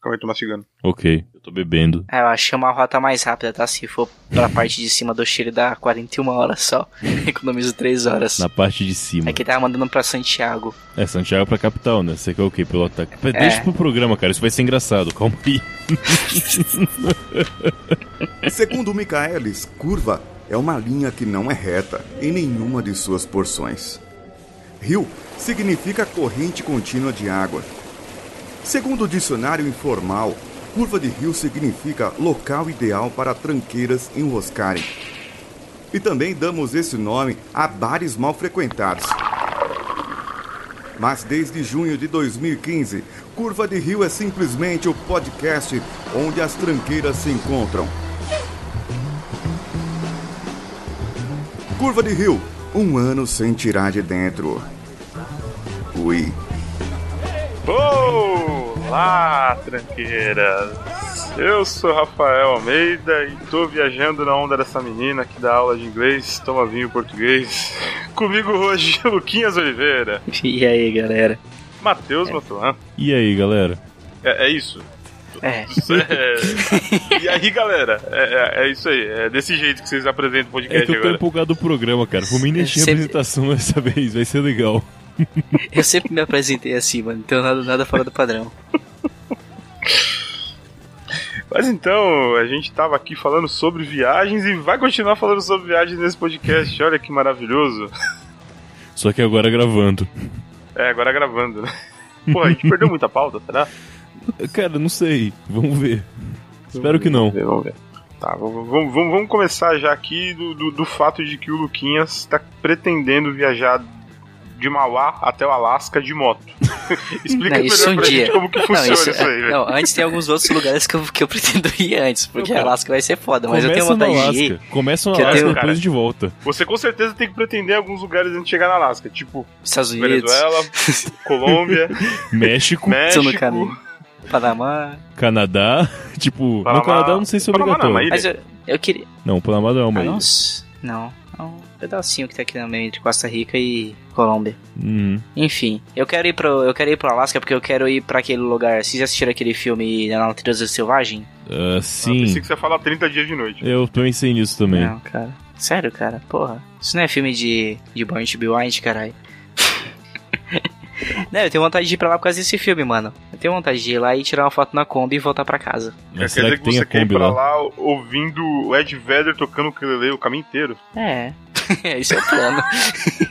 Calma aí, tô mastigando. Ok, eu tô bebendo. Ah, eu achei uma rota mais rápida, tá? Se for pra parte de cima do Chile, dá 41 horas só. Economizo 3 horas. Na parte de cima. É que tava mandando pra Santiago. É, Santiago pra capital, né? Você quer o quê? Pilotar. Pera, Deixa É. pro programa, cara. Isso vai ser engraçado. Calma aí. Segundo Michaelis, curva é uma linha que não é reta em nenhuma de suas porções. Rio significa corrente contínua de água. Segundo o dicionário informal, curva de rio significa local ideal para tranqueiras enroscarem. E também damos esse nome a bares mal frequentados. Mas desde junho de 2015, Curva de Rio é simplesmente o podcast onde as tranqueiras se encontram. Curva de Rio, um ano sem tirar de dentro. Fui. Olá, tranqueiras! Eu sou Rafael Almeida e tô viajando na onda dessa menina que dá aula de inglês, toma vinho português. Comigo hoje, Luquinhas Oliveira, E aí, galera? Matheus É. Matuan. E aí, galera? É, é isso. É. É, E aí, galera? É, é- é isso aí. É desse jeito que vocês apresentam o É podcast que eu tô agora. empolgado do programa, cara. Por mim nem tinha Sempre- apresentação dessa vez. Vai ser legal. Eu sempre me apresentei assim, mano. Então nada, nada fora do padrão. Mas então, a gente tava aqui falando sobre viagens e vai continuar falando sobre viagens nesse podcast. Olha que maravilhoso. Só que agora gravando. É, agora gravando, né? Pô, a gente perdeu muita pauta, será? Cara, não sei. Vamos ver. Espero que não. Vamos ver, vamos ver. Tá, vamos, vamos, vamos- vamos começar já aqui do, do, do fato de que o Luquinhas tá pretendendo viajar de Mauá até o Alasca de moto. Explica Não, isso melhor um pra dia. gente como que funciona isso, aí, velho. não, antes tem alguns outros lugares que eu, que eu pretendo ir antes, porque Não, cara. Alasca vai ser foda, mas eu tenho Começa no vontade de ir. Alasca. Começa no que eu Alasca tenho- depois de volta. Você com certeza tem que pretender alguns lugares antes de chegar na Alasca, tipo Estados Unidos, Venezuela, Colômbia, México, estão no México. Ah, caminho. Panamá. Canadá. Tipo, Panamá. no Canadá eu não sei se é Panamá não, obrigatório. mas- Mas eu, eu queria. Não, Panamá não é uma Ah, não? ilha. Não. É um pedacinho que tá aqui no meio entre Costa Rica e Colômbia. Hum. Enfim, eu quero ir pro, eu quero ir pro Alasca porque eu quero ir pra aquele lugar. Vocês já assistiram aquele filme Na Natureza Selvagem? Ah, Ah, sim. pensei que você ia falar 30 dias de noite. Eu pensei nisso também. Não, cara. Sério, cara? Porra. Isso não é filme de, de Boint Be White, caralho. não, eu tenho vontade de ir pra lá por causa desse filme, mano. Eu tenho vontade de ir lá e tirar uma foto na Kombi e voltar pra casa. Mas Quer É, será dizer que que tem você a quer ir Kombi pra lá? lá ouvindo o Ed Vedder tocando o Kelele o caminho inteiro? É. Esse é o plano.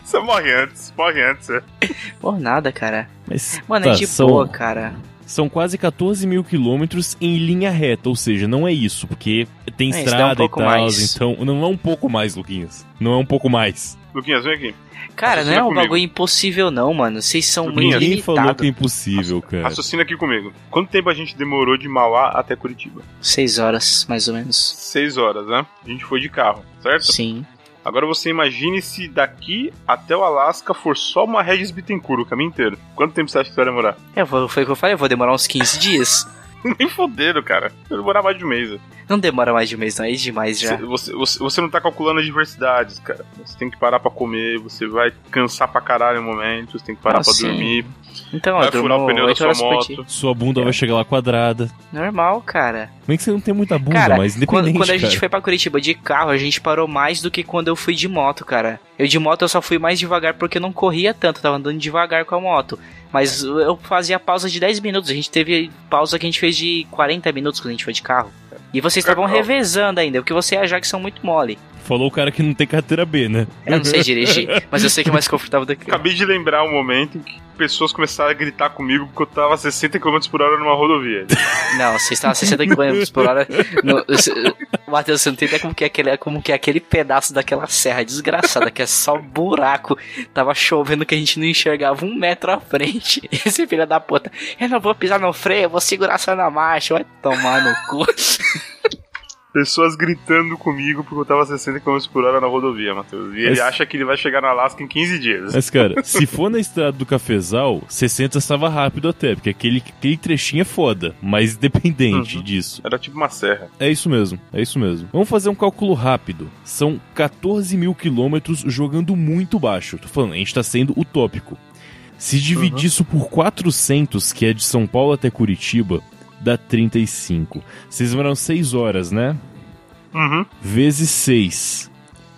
Você morre antes, morre antes, é. Por nada, cara. Mas, Mano, tá, é de são, boa, cara. são quase 14 mil quilômetros em linha reta, ou seja, não é isso, porque tem É, isso dá um estrada e pouco tal, mais. então... Não é um pouco mais, Luquinhas. Não é um pouco mais. Luquinhas, vem aqui. Cara, não é um Raciocina bagulho impossível, não, mano. Vocês são muito Ninguém Ninguém falou que limitados. é impossível, cara. Raciocina aqui comigo. Quanto tempo a gente demorou de Mauá até Curitiba? Seis horas, mais ou menos. Seis horas, né? A gente foi de carro, certo? Sim. Agora você imagine se daqui até o Alasca for só uma Regis Bittencourt o caminho inteiro. Quanto tempo você acha que você vai demorar? É, vou- foi o que eu falei, eu vou demorar uns 15 dias. Nem foderam, cara. Vai demorar mais de um mês. Não demora mais de um mês, não, é demais já. Você, você, você- você não tá calculando as diversidades, cara. Você tem que parar pra comer, você vai cansar pra caralho em um momento, você tem que parar Ah, pra sim. dormir, Então, vai eu furar o durmo pneu da 8 sua horas por dia. moto. Sua É. bunda vai chegar lá quadrada. Normal, cara. Nem que você não tenha muita bunda, cara, mas quando, independente, quando a gente cara. foi pra Curitiba de carro, a gente parou mais do que quando eu fui de moto, cara. Eu de moto eu só fui mais devagar porque eu não corria tanto, eu tava andando devagar com a moto. Mas eu fazia pausa de 10 minutos, a gente teve pausa que a gente fez de 40 minutos quando a gente foi de carro. E vocês estavam Legal. revezando ainda, porque você e a Jaque são muito mole. Falou o cara que não tem carteira B, né? Eu não sei dirigir, mas eu sei que é mais confortável do que. Acabei de lembrar um momento em que pessoas começaram a gritar comigo porque eu tava a 60 km por hora numa rodovia. Não, você estava 60 km por hora. No, se- Matheus, você não tem ideia como que, é aquele, como que é aquele pedaço daquela serra desgraçada, que é só buraco. Tava chovendo que a gente não enxergava um metro à frente. Esse filho da puta, eu não vou pisar no freio, eu vou segurar só na marcha, vai tomar no cu. Pessoas gritando comigo porque eu tava a 60 km por hora na rodovia, Matheus. E ele Mas- acha que ele vai chegar na Alasca em 15 dias. Mas, cara, se for na estrada do Cafezal, 60 estava rápido até, porque aquele, aquele trechinho é foda, mas dependente Uhum. disso. Era tipo uma serra. É isso mesmo, é isso mesmo. Vamos fazer um cálculo rápido. São 14 mil quilômetros jogando muito baixo. Tô falando, a gente tá sendo utópico. Se dividir isso por 400, que é de São Paulo até Curitiba, dá 35. Vocês demoraram 6 horas, né? Uhum. Vezes 6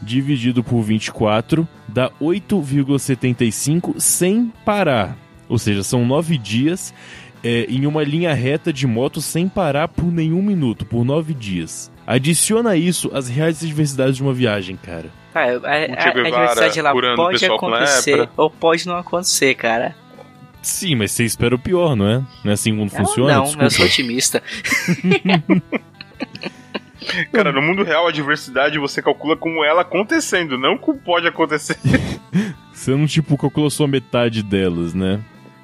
dividido por 24 dá 8,75 sem parar. Ou seja, são 9 dias é, em uma linha reta de moto sem parar por nenhum minuto, por 9 dias. Adiciona isso às reais adversidades de uma viagem, cara. Ah, é- é- O a, a, Che Guevara adversidade lá curando o pode pessoal com acontecer lepra. ou pode não acontecer, cara. Sim, mas você espera o pior, não é? Não é assim que o mundo funciona? não, Desculpa. eu sou otimista. Cara, no mundo real, a diversidade você calcula como ela acontecendo, não como pode acontecer. Você não, tipo, calculou só metade delas, né?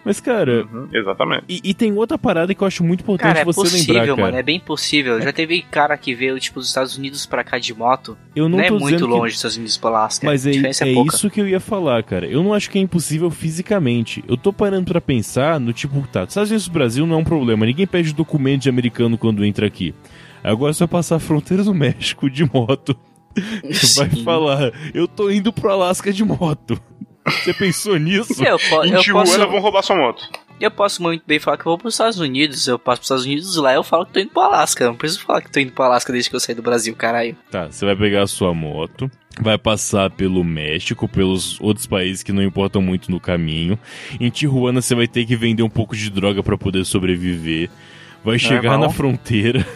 Mas, cara, Exatamente. e, e tem outra parada que eu acho muito importante Cara, é você possível, lembrar, cara. mano. É bem possível. Já teve cara que veio, tipo, dos Estados Unidos pra cá de moto. Eu Não, não, é tô muito dizendo que- longe dos Estados Unidos pra Alasca. Mas é, a diferença é, é pouca. isso que eu ia falar, cara. Eu não acho que é impossível fisicamente. Eu tô parando pra pensar no tipo, tá, Estados Unidos e Brasil não é um problema. Ninguém pede documento de americano quando entra aqui. Agora você vai passar a fronteira do México de moto. Você vai Sim. falar, eu tô indo pro Alasca de moto. Você pensou nisso? Eu, po- Em eu Tijuana posso, vão roubar sua moto. eu posso muito bem falar que eu vou pros Estados Unidos. Eu passo pros Estados Unidos lá eu falo que tô indo pro Alasca. Não preciso falar que tô indo pro Alasca desde que eu saí do Brasil, caralho. Tá, você vai pegar a sua moto, vai passar pelo México, pelos outros países que não importam muito no caminho. Em Tijuana você vai ter que vender um pouco de droga pra poder sobreviver. Vai é chegar Normal. na fronteira.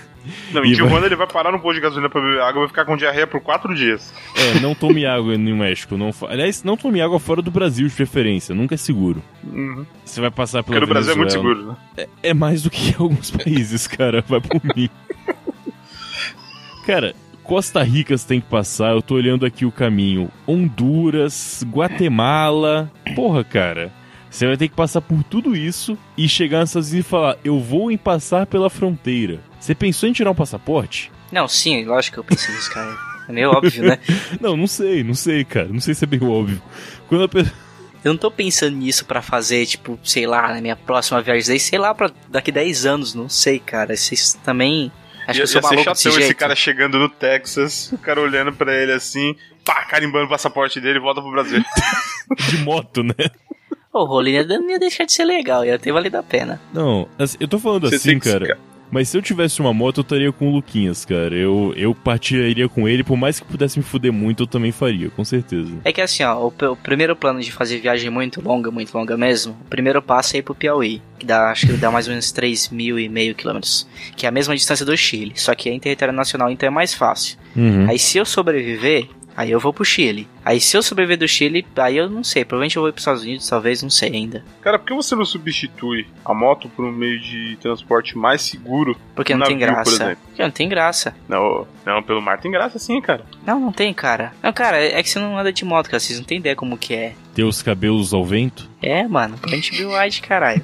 Não, em E vai- Tijuana ele vai parar num posto de gasolina pra beber água e vai ficar com diarreia por quatro dias. É, não tome água no México. Não fa- Aliás, não tome água fora do Brasil, de preferência. Nunca é seguro. Uhum. Você vai passar Porque pela no Brasil é muito Venezuela. seguro, né? É mais do que alguns países, cara. Vai por mim. Cara, Costa Rica você tem que passar. Eu tô olhando aqui o caminho. Honduras, Guatemala. Porra, cara. Você vai ter que passar por tudo isso e chegar nessas ilhas e falar: Eu vou em passar pela fronteira. Você pensou em tirar um passaporte? Não, sim, lógico que eu pensei nisso, cara. É meio óbvio, né? Não, não sei, não sei, cara. Não sei se é bem óbvio. Quando a pessoa. Eu não tô pensando nisso pra fazer, tipo, sei lá, na minha próxima viagem, daí, sei lá, pra daqui 10 anos, não sei, cara. Vocês também. Acho que ia eu ia ser sou maluco desse chatão jeito. esse cara chegando no Texas, o cara olhando pra ele assim, pá, carimbando o passaporte dele e volta pro Brasil. de moto, né? O rolê ia- não ia deixar de ser legal, ia ter valido a pena. Não, assim, eu tô falando Você assim, tem que- cara. Mas se eu tivesse uma moto, eu estaria com o Luquinhas, cara. Eu, eu partiria com ele, por mais que pudesse me fuder muito, eu também faria, com certeza. É que assim, ó, o, p- o primeiro plano de fazer viagem muito longa, muito longa mesmo, o primeiro passo é ir pro Piauí, que dá, acho que dá mais ou menos 3 mil e meio quilômetros, que é a mesma distância do Chile, só que é em território nacional, então é mais fácil. Hum. Aí se eu sobreviver, aí eu vou pro Chile. Aí se eu sobreviver do Chile, aí eu não sei, provavelmente eu vou ir pros Estados Unidos, talvez, não sei ainda. Cara, por que você não substitui a moto por um meio de transporte mais seguro? Porque não Navio, tem por graça. exemplo. Porque não tem graça. Não, não, pelo mar tem graça sim, cara. Não, não tem, cara. Não, cara, é é que você não anda de moto, cara, vocês não tem ideia como que é. Ter os cabelos ao vento? É, mano, Plant White, caralho.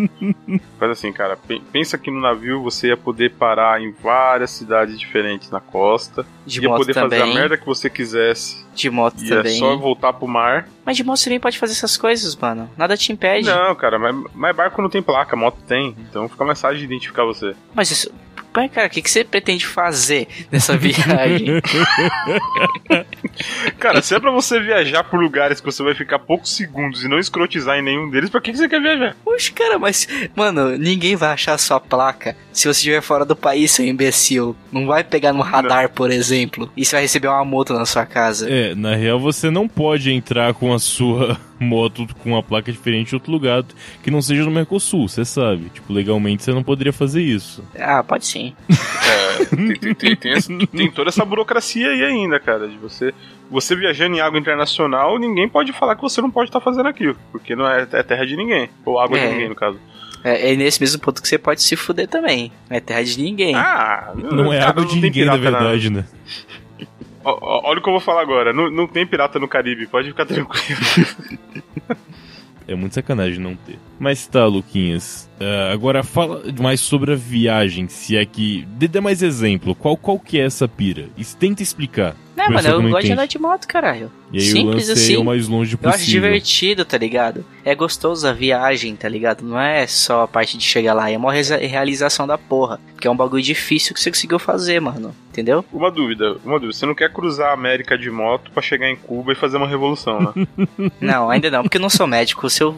Faz assim, cara, pe- pensa que no navio você ia poder parar em várias cidades diferentes na costa, De ia moto poder também. fazer a merda que você quisesse, De moto ia também. só voltar pro mar. Mas de moto também pode fazer essas coisas, mano. Nada te impede. Não, cara, mas, mas barco não tem placa, moto tem, então fica mais fácil de identificar você. Mas isso. Mas, cara, o que, que você pretende fazer nessa viagem? Cara, se é pra você viajar por lugares que você vai ficar poucos segundos e não escrotizar em nenhum deles, pra que, que você quer viajar? Poxa, cara, mas. Mano, ninguém vai achar a sua placa se você estiver fora do país, seu imbecil. Não vai pegar no radar, por exemplo. E você vai receber uma multa na sua casa. É, na real você não pode entrar com a sua moto com uma placa diferente em outro lugar que não seja no Mercosul, você sabe. Tipo, legalmente você não poderia fazer isso. Ah, pode sim. É, tem, tem- tem- tem essa- tem toda essa burocracia aí ainda, cara, de você. Você viajando em água internacional, ninguém pode falar que você não pode estar fazendo aquilo, porque não é, é terra de ninguém, ou água É. de ninguém, no caso. É, é nesse mesmo ponto que você pode se fuder também. Não é terra de ninguém. Ah, Não é cara, água de tem ninguém, na pirata verdade, né? Ó, ó, Olha o que eu vou falar agora, não, não tem pirata no Caribe, pode ficar tranquilo. É muito sacanagem não ter. Mas tá, Luquinhas. ah, agora fala mais sobre a viagem, se é que. Dê, dê mais exemplo. Qual, qual que é essa pira? E tenta explicar. Não, Mas mano, eu eu não gosto de entendo. andar de moto, caralho. E aí eu Simples lancei assim. o mais longe Eu acho possível. divertido, tá ligado? É gostoso a viagem, tá ligado? Não é só a parte de chegar lá, é uma reza- realização da porra. Que é um bagulho difícil que você conseguiu fazer, mano. Entendeu? Uma dúvida, uma dúvida, você não quer cruzar a América de moto pra chegar em Cuba e fazer uma revolução, né? Não, ainda não, porque eu não sou médico. Se eu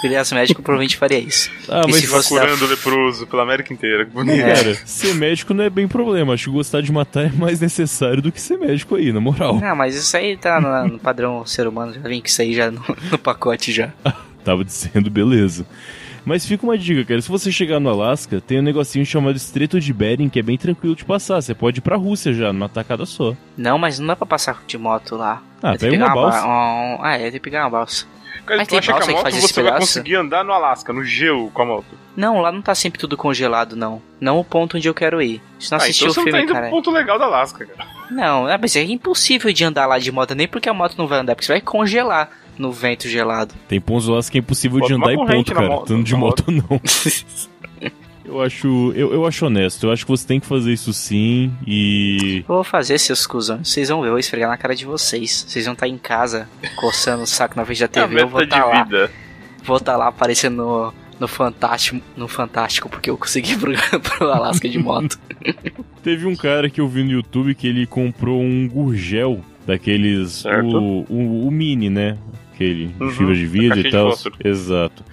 fizesse médico, eu provavelmente faria isso. ah, E se Imagina fosse da- curando leproso pela América inteira. Que bonito. É. Cara, ser médico não é bem problema. Acho que gostar de matar é mais necessário do que ser médico aí, na Oh. moral. Não, mas isso aí tá na- no padrão ser humano, já vem que isso aí já no, no pacote já. Tava dizendo, beleza. Mas fica uma dica, cara. Se você chegar no Alasca, tem um negocinho chamado Estreito de Bering, que é bem tranquilo de passar. Você pode ir pra Rússia já, numa tacada só. Não, mas não dá pra passar de moto lá. Ah, Vai ter pega que uma pegar ba- balsa. um- ah, é, tem que pegar uma balsa. Cara, Mas tu tem acha que balsa a que moto faz esse você vai pedaço? conseguir andar no Alasca, no gelo com a moto? Não, lá não tá sempre tudo congelado, não. Não o ponto onde eu quero ir. Se não Ah, assistiu então você o não tá filme, indo cara. pro ponto legal do Alasca, cara. Não, é, mas é impossível de andar lá de moto, nem porque a moto não vai andar, porque você vai congelar no vento gelado. Tem pontos lá que é impossível Bota de uma andar e corrente ponto, na cara. moto, Tanto de na moto, não. Eu acho, eu, eu acho honesto. Eu acho que você tem que fazer isso sim. E. Eu vou fazer, seus cuzões. Vocês vão ver, eu vou esfregar na cara de vocês. Vocês vão estar em casa, coçando o saco na frente da É a TV. eu vou meta estar de lá. vida. Vou estar lá aparecendo no, no Fantástico. No Fantástico, porque eu consegui ir pro, pro Alasca de moto. Teve um cara que eu vi no YouTube que ele comprou um gurgel daqueles. Certo. O, o, o mini, né? Aquele Uhum, de fibra de vidro caixinha de e tal. fósforo. Exato.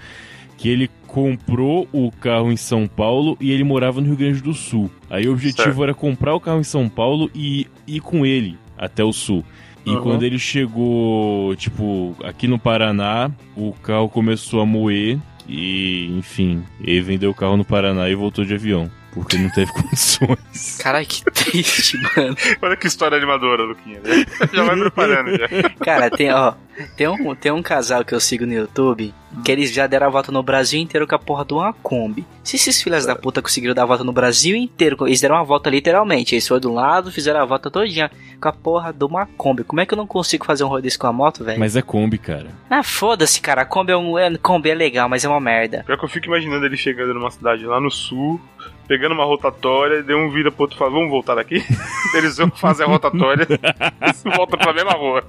Que ele comprou o carro em São Paulo e ele morava no Rio Grande do Sul. Aí o objetivo Certo. era comprar o carro em São Paulo e ir com ele até o sul. E Uhum. quando ele chegou, tipo, aqui no Paraná, o carro começou a moer e, enfim, ele vendeu o carro no Paraná e voltou de avião. Porque não teve condições. Caralho, que triste, mano. Olha que história animadora, Luquinha. Já vai preparando, já. Cara, tem, ó, tem, um, tem um casal que eu sigo no YouTube que eles já deram a volta no Brasil inteiro com a porra de uma Kombi. Se esses filhas da puta conseguiram dar a volta no Brasil inteiro, eles deram a volta literalmente. Eles foram de um lado, fizeram a volta todinha com a porra de uma Kombi. Como é que eu não consigo fazer um rolê desse com a moto, velho? Mas é Kombi, cara. Ah, foda-se, cara. A Kombi é, um, é, Kombi é legal, mas é uma merda. Pior que eu fico imaginando ele chegando numa cidade lá no sul, pegando uma rotatória, deu um vira pro outro e fala, vamos voltar daqui? Eles vão fazer a rotatória e voltam pra mesma rua.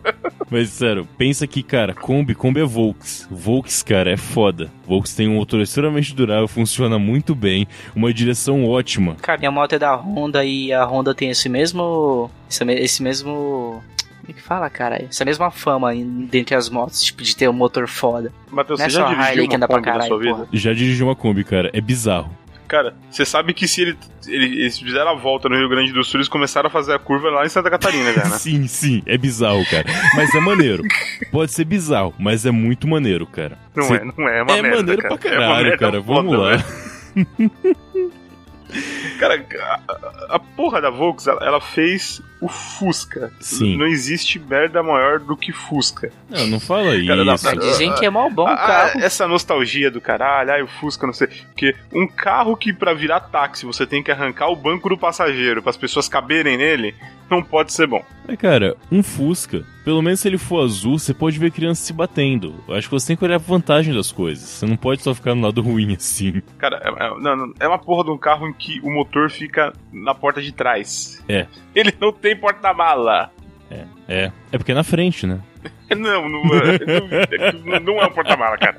Mas sério, pensa que, cara, Kombi, Kombi é Volks. Volks, cara, é foda. Volks tem um motor extremamente durável, funciona muito bem, uma direção ótima. Cara, minha moto é da Honda e a Honda tem esse mesmo. Esse, me- esse mesmo. Como é que fala, cara? Essa mesma fama em- dentre as motos, tipo, de ter um motor foda. Matheus, Não você é já só a dirigiu Harley que uma anda pra Kombi na sua caralho, vida? porra. Já dirigi uma Kombi, cara, é bizarro. Cara, você sabe que se ele, ele- eles fizeram a volta no Rio Grande do Sul, eles começaram a fazer a curva lá em Santa Catarina já, né? Sim, sim, é bizarro, cara. Mas é maneiro. Pode ser bizarro, mas é muito maneiro, cara. Não Cê- é, não é, é uma é merda, maneiro cara. pra caralho, merda é um cara. Vamos foda, né? lá. velho. Cara, a, a porra da Volks, ela, ela fez o Fusca. Sim. Não existe merda maior do que Fusca. Não, não fala isso. Cara, não, Ah, Dizem que é mal um bom o Ah, carro. ah, essa nostalgia do caralho, ai, o Fusca, não sei. Porque um carro que pra virar táxi você tem que arrancar o banco do passageiro para as pessoas caberem nele, não pode ser bom. Mas, cara, um Fusca, pelo menos se ele for azul, você pode ver crianças se batendo. Eu acho que você tem que olhar a vantagem das coisas. Você não pode só ficar no lado ruim assim. Cara, é, é- não, não, é uma porra de um carro em que o motor fica na porta de trás. É. Ele não tem porta-mala. É. É porque é na frente, né? Não, não é, não, não é um porta-mala, cara.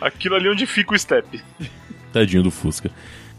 Aquilo ali é onde fica o step. Tadinho do Fusca.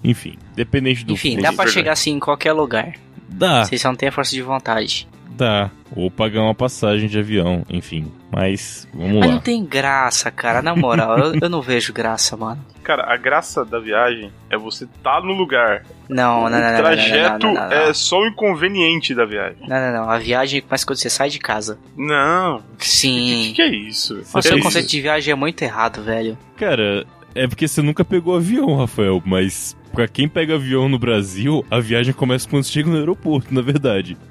Enfim, dependente do Enfim, Fusca. dá pra chegar assim em qualquer lugar. Dá, Ah. Vocês só não têm a força de vontade. dá. Ou pagar uma passagem de avião, enfim. Mas, vamos Mas não lá. tem graça, cara. Na moral, eu, eu não vejo graça, mano. Cara, a graça da viagem é você tá no lugar. Não, não, não, não, o não. trajeto não, não, não, não, é só o inconveniente da viagem. não, não, não. A viagem começa quando você sai de casa. Não. O Sim. que é isso? O Que é seu isso? conceito de viagem é muito errado, velho. Cara, é porque você nunca pegou avião, Rafael, mas pra quem pega avião no Brasil, a viagem começa quando chega no aeroporto, na verdade.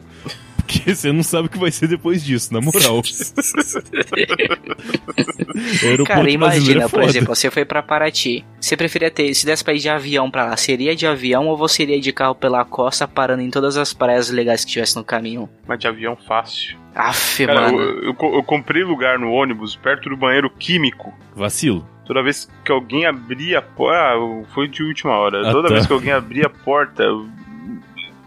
Porque você não sabe o que vai ser depois disso, na moral. aeroporto Cara, imagina, brasileiro é por foda. exemplo, você foi pra Paraty. Você preferia ter, se desse pra ir de avião pra lá, seria de avião ou você iria de carro pela costa, parando em todas as praias legais que tivesse no caminho? Mas de avião fácil. Aff, Cara, mano. eu, eu co- eu comprei lugar no ônibus perto do banheiro químico. Vacilo. Toda vez que alguém abria a porta. Ah, foi de última hora. Ah, Toda tá. vez que alguém abria a porta, eu,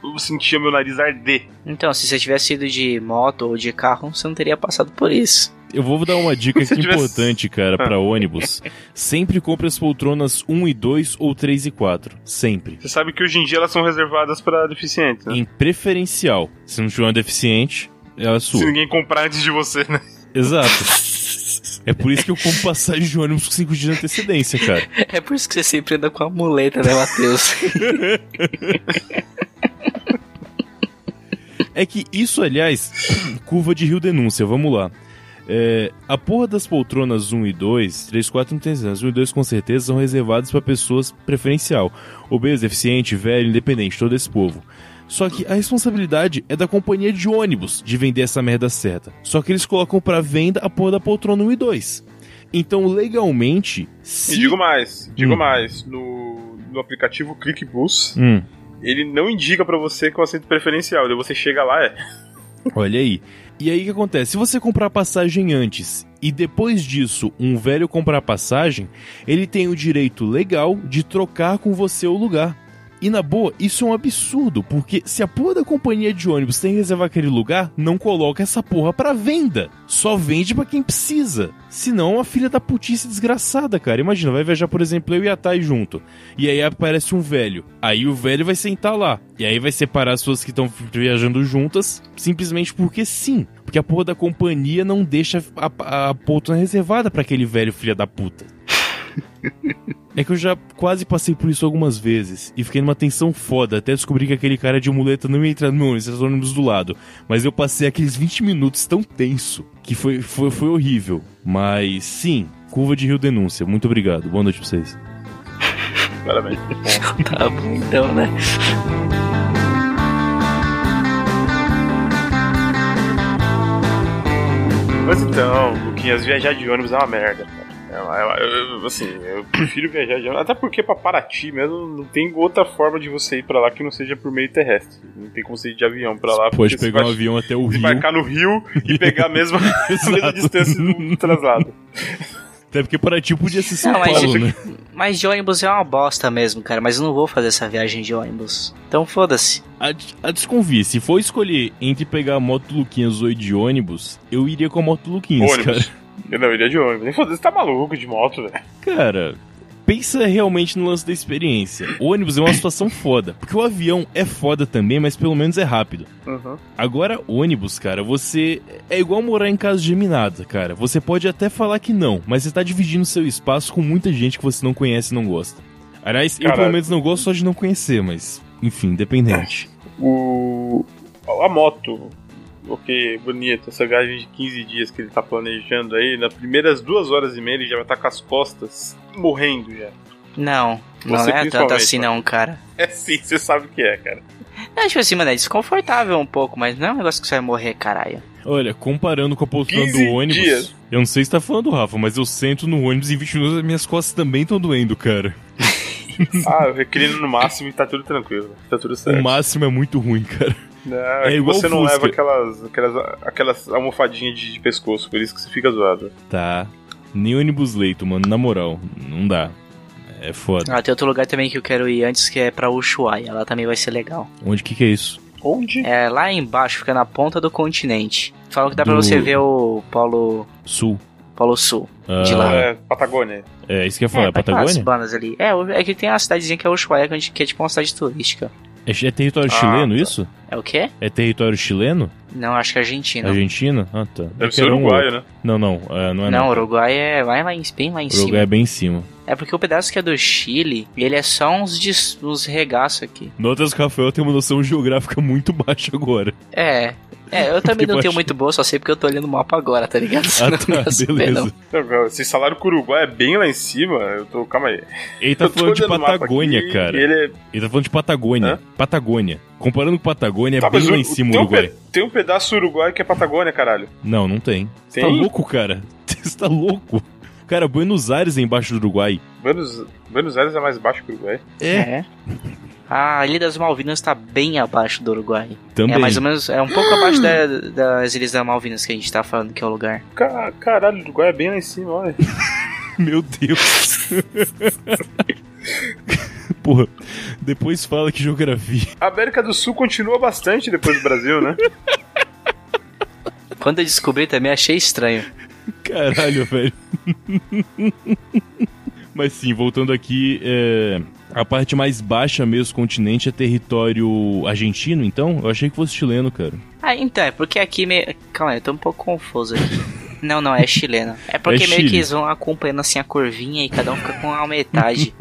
eu sentia meu nariz arder. Então, se você tivesse ido de moto ou de carro, você não teria passado por isso. Eu vou dar uma dica Se aqui tivesse- importante, cara, Ah. pra ônibus. Sempre compre as poltronas 1 e 2 ou 3 e 4. Sempre. Você sabe que hoje em dia elas são reservadas pra deficientes, Tá. né? Em preferencial. Se não tiver uma deficiente, ela é Se sua. ninguém comprar antes de você, né? Exato. É por isso que eu compro passagem de ônibus com 5 dias de antecedência, cara. É por isso que você sempre anda com a muleta, né, Matheus? É que isso, aliás, curva de Rio Denúncia, vamos lá. É, a porra das poltronas 1 e 2, 3, 4 não tem certeza, 1 e 2 com certeza são reservadas para pessoas preferencial. Obeso, deficiente, velho, independente, todo esse povo. Só que a responsabilidade é da companhia de ônibus de vender essa merda certa. Só que eles colocam para venda a porra da poltrona 1 e 2. Então, legalmente, E se... digo mais, digo Hum. mais, no, no aplicativo ClickBus, Hum. ele não indica pra você que é o assento preferencial, daí você chega lá, é. Olha aí. E aí o que acontece? Se você comprar a passagem antes e depois disso um velho comprar a passagem, ele tem o direito legal de trocar com você o lugar. E na boa, isso é um absurdo, porque se a porra da companhia de ônibus tem que reservar aquele lugar, não coloca essa porra pra venda. Só vende pra quem precisa. Senão é uma filha da putice desgraçada, cara. Imagina, vai viajar, por exemplo, eu e a Thay junto. E aí aparece um velho. Aí o velho vai sentar lá. E aí vai separar as pessoas que estão viajando juntas, simplesmente porque sim. Porque a porra da companhia não deixa a, a, a poltrona reservada pra aquele velho filha da puta. É que eu já quase passei por isso algumas vezes e fiquei numa tensão foda até descobrir que aquele cara de muleta não ia entrar no ônibus, era os ônibus do lado. Mas eu passei aqueles 20 minutos tão tenso que foi, foi, foi horrível. Mas sim, curva de Rio Denúncia. Muito obrigado. Boa noite pra vocês. Parabéns. tá bom, então, né? Mas então, Luquinhas, viajar de ônibus é uma merda, cara. É uma- é uma- eu- eu- assim, eu prefiro viajar de ônibus. Até porque pra Paraty mesmo não tem outra forma de você ir pra lá que não seja por meio terrestre. Não tem como você ir de avião pra lá. Pode porque você pegar um vai avião até o Rio. Desembarcar no Rio e pegar a mesma, a mesma Exato. distância do traslado. Até porque Paraty podia ser São Não, mas- Paulo, né? Mas de ônibus é uma bosta mesmo, cara. Mas eu não vou fazer essa viagem de ônibus. Então foda-se. A, a desconvia, se for escolher entre pegar a moto do Luquinhas ou ir de ônibus, eu iria com a moto do Luquinhas, cara. Ônibus. Eu não iria de ônibus. Nem foda, você tá maluco de moto, velho. Cara, pensa realmente no lance da experiência. O ônibus é uma situação foda, porque o avião é foda também, mas pelo menos é rápido. Agora, ônibus, cara, você. É igual morar em casa geminada, cara. Você pode até falar que não, mas você tá dividindo seu espaço com muita gente que você não conhece e não gosta. Aliás, eu Cara- pelo menos não gosto só de não conhecer, mas. Enfim, independente. O. A moto. Ok, bonito. Essa viagem de 15 dias que ele tá planejando aí, nas primeiras duas horas e meia ele já vai estar com as costas morrendo já. Não, não Você é tanto principalmente, assim, mano. não, cara. É sim, você sabe o que é, cara. É tipo assim, mano, é desconfortável um pouco, mas não é um negócio que você vai morrer, caralho. Olha, comparando com a poltrona 15 do ônibus. dias. Eu não sei se tá falando do Rafa, mas eu sento no ônibus e em 20 minutos as minhas costas também estão doendo, cara. Ah, eu reclino no máximo e tá tudo tranquilo. Tá tudo certo. O máximo é muito ruim, cara. Não, é é que igual você não Fusca. leva aquelas, aquelas, aquelas almofadinhas de, de pescoço, por isso que você fica zoado. Tá. Nem ônibus leito, mano. Na moral, não dá. É foda. Ah, tem outro lugar também que eu quero ir antes, que é pra Ushuaia. Lá também vai ser legal. Onde que que é isso? Onde? É lá embaixo, fica na ponta do continente. Falam que dá pra Do- você ver o Polo, Sul. Polo Sul. Ah, De lá. É, Patagônia. É isso que eu ia falar. É, tá aquelas Patagônia? bandas ali. É, o- é que tem uma cidadezinha que é Ushuaia, que a gente- que é tipo uma cidade turística. É, chi- é território Ah, chileno tá. isso? É o quê? É território chileno? Não, acho que é Argentina. Argentina? Ah, tá. Eu Deve ser quero um uruguaio, né? outro. Não, não. é, não é Não, não. Uruguai é vai lá em, bem lá em Uruguai cima. é bem em cima. É porque o pedaço que é do Chile, ele é só uns, des- uns regaços aqui. Notas que o Rafael tem uma noção geográfica muito baixa agora. É. É, eu também Que não baixo. tenho muito boa, só sei porque eu tô olhando o mapa agora, tá ligado? Ah, Não tá, dá pra saber, não. beleza. Não, Se salário com o Uruguai é bem lá em cima, eu tô. Calma aí. Ele tá eu tô falando de olhando o mapa Patagônia, aqui, cara. e Ele é Ele tá falando de Patagônia. Hã? Patagônia. Comparando com Patagônia, Tá, é bem mas lá o- em cima o tem um Uruguai. pe- tem um pedaço uruguai que é Patagônia, caralho. Não, não tem. Você tá Tem? louco, cara? Você tá louco? Cara, Buenos Aires é embaixo do Uruguai. Buenos, Buenos Aires é mais baixo que o Uruguai. É. A Ilha das Malvinas tá bem abaixo do Uruguai. Também. É mais ou menos, é um pouco abaixo da- das Ilhas das Malvinas que a gente tá falando que é o lugar. Ca- Caralho, o Uruguai é bem lá em cima, olha. Meu Deus. Porra, depois fala que geografia. A América do Sul continua bastante depois do Brasil, né? Quando eu descobri também achei estranho. Caralho, velho. Mas sim, voltando aqui, é, a parte mais baixa mesmo do continente é território argentino, então? Eu achei que fosse chileno, cara. Ah, então, é porque aqui me... Calma aí, eu tô um pouco confuso aqui. Não, não, é chilena. É porque meio Chile. que eles vão acompanhando assim a curvinha e cada um fica com a metade.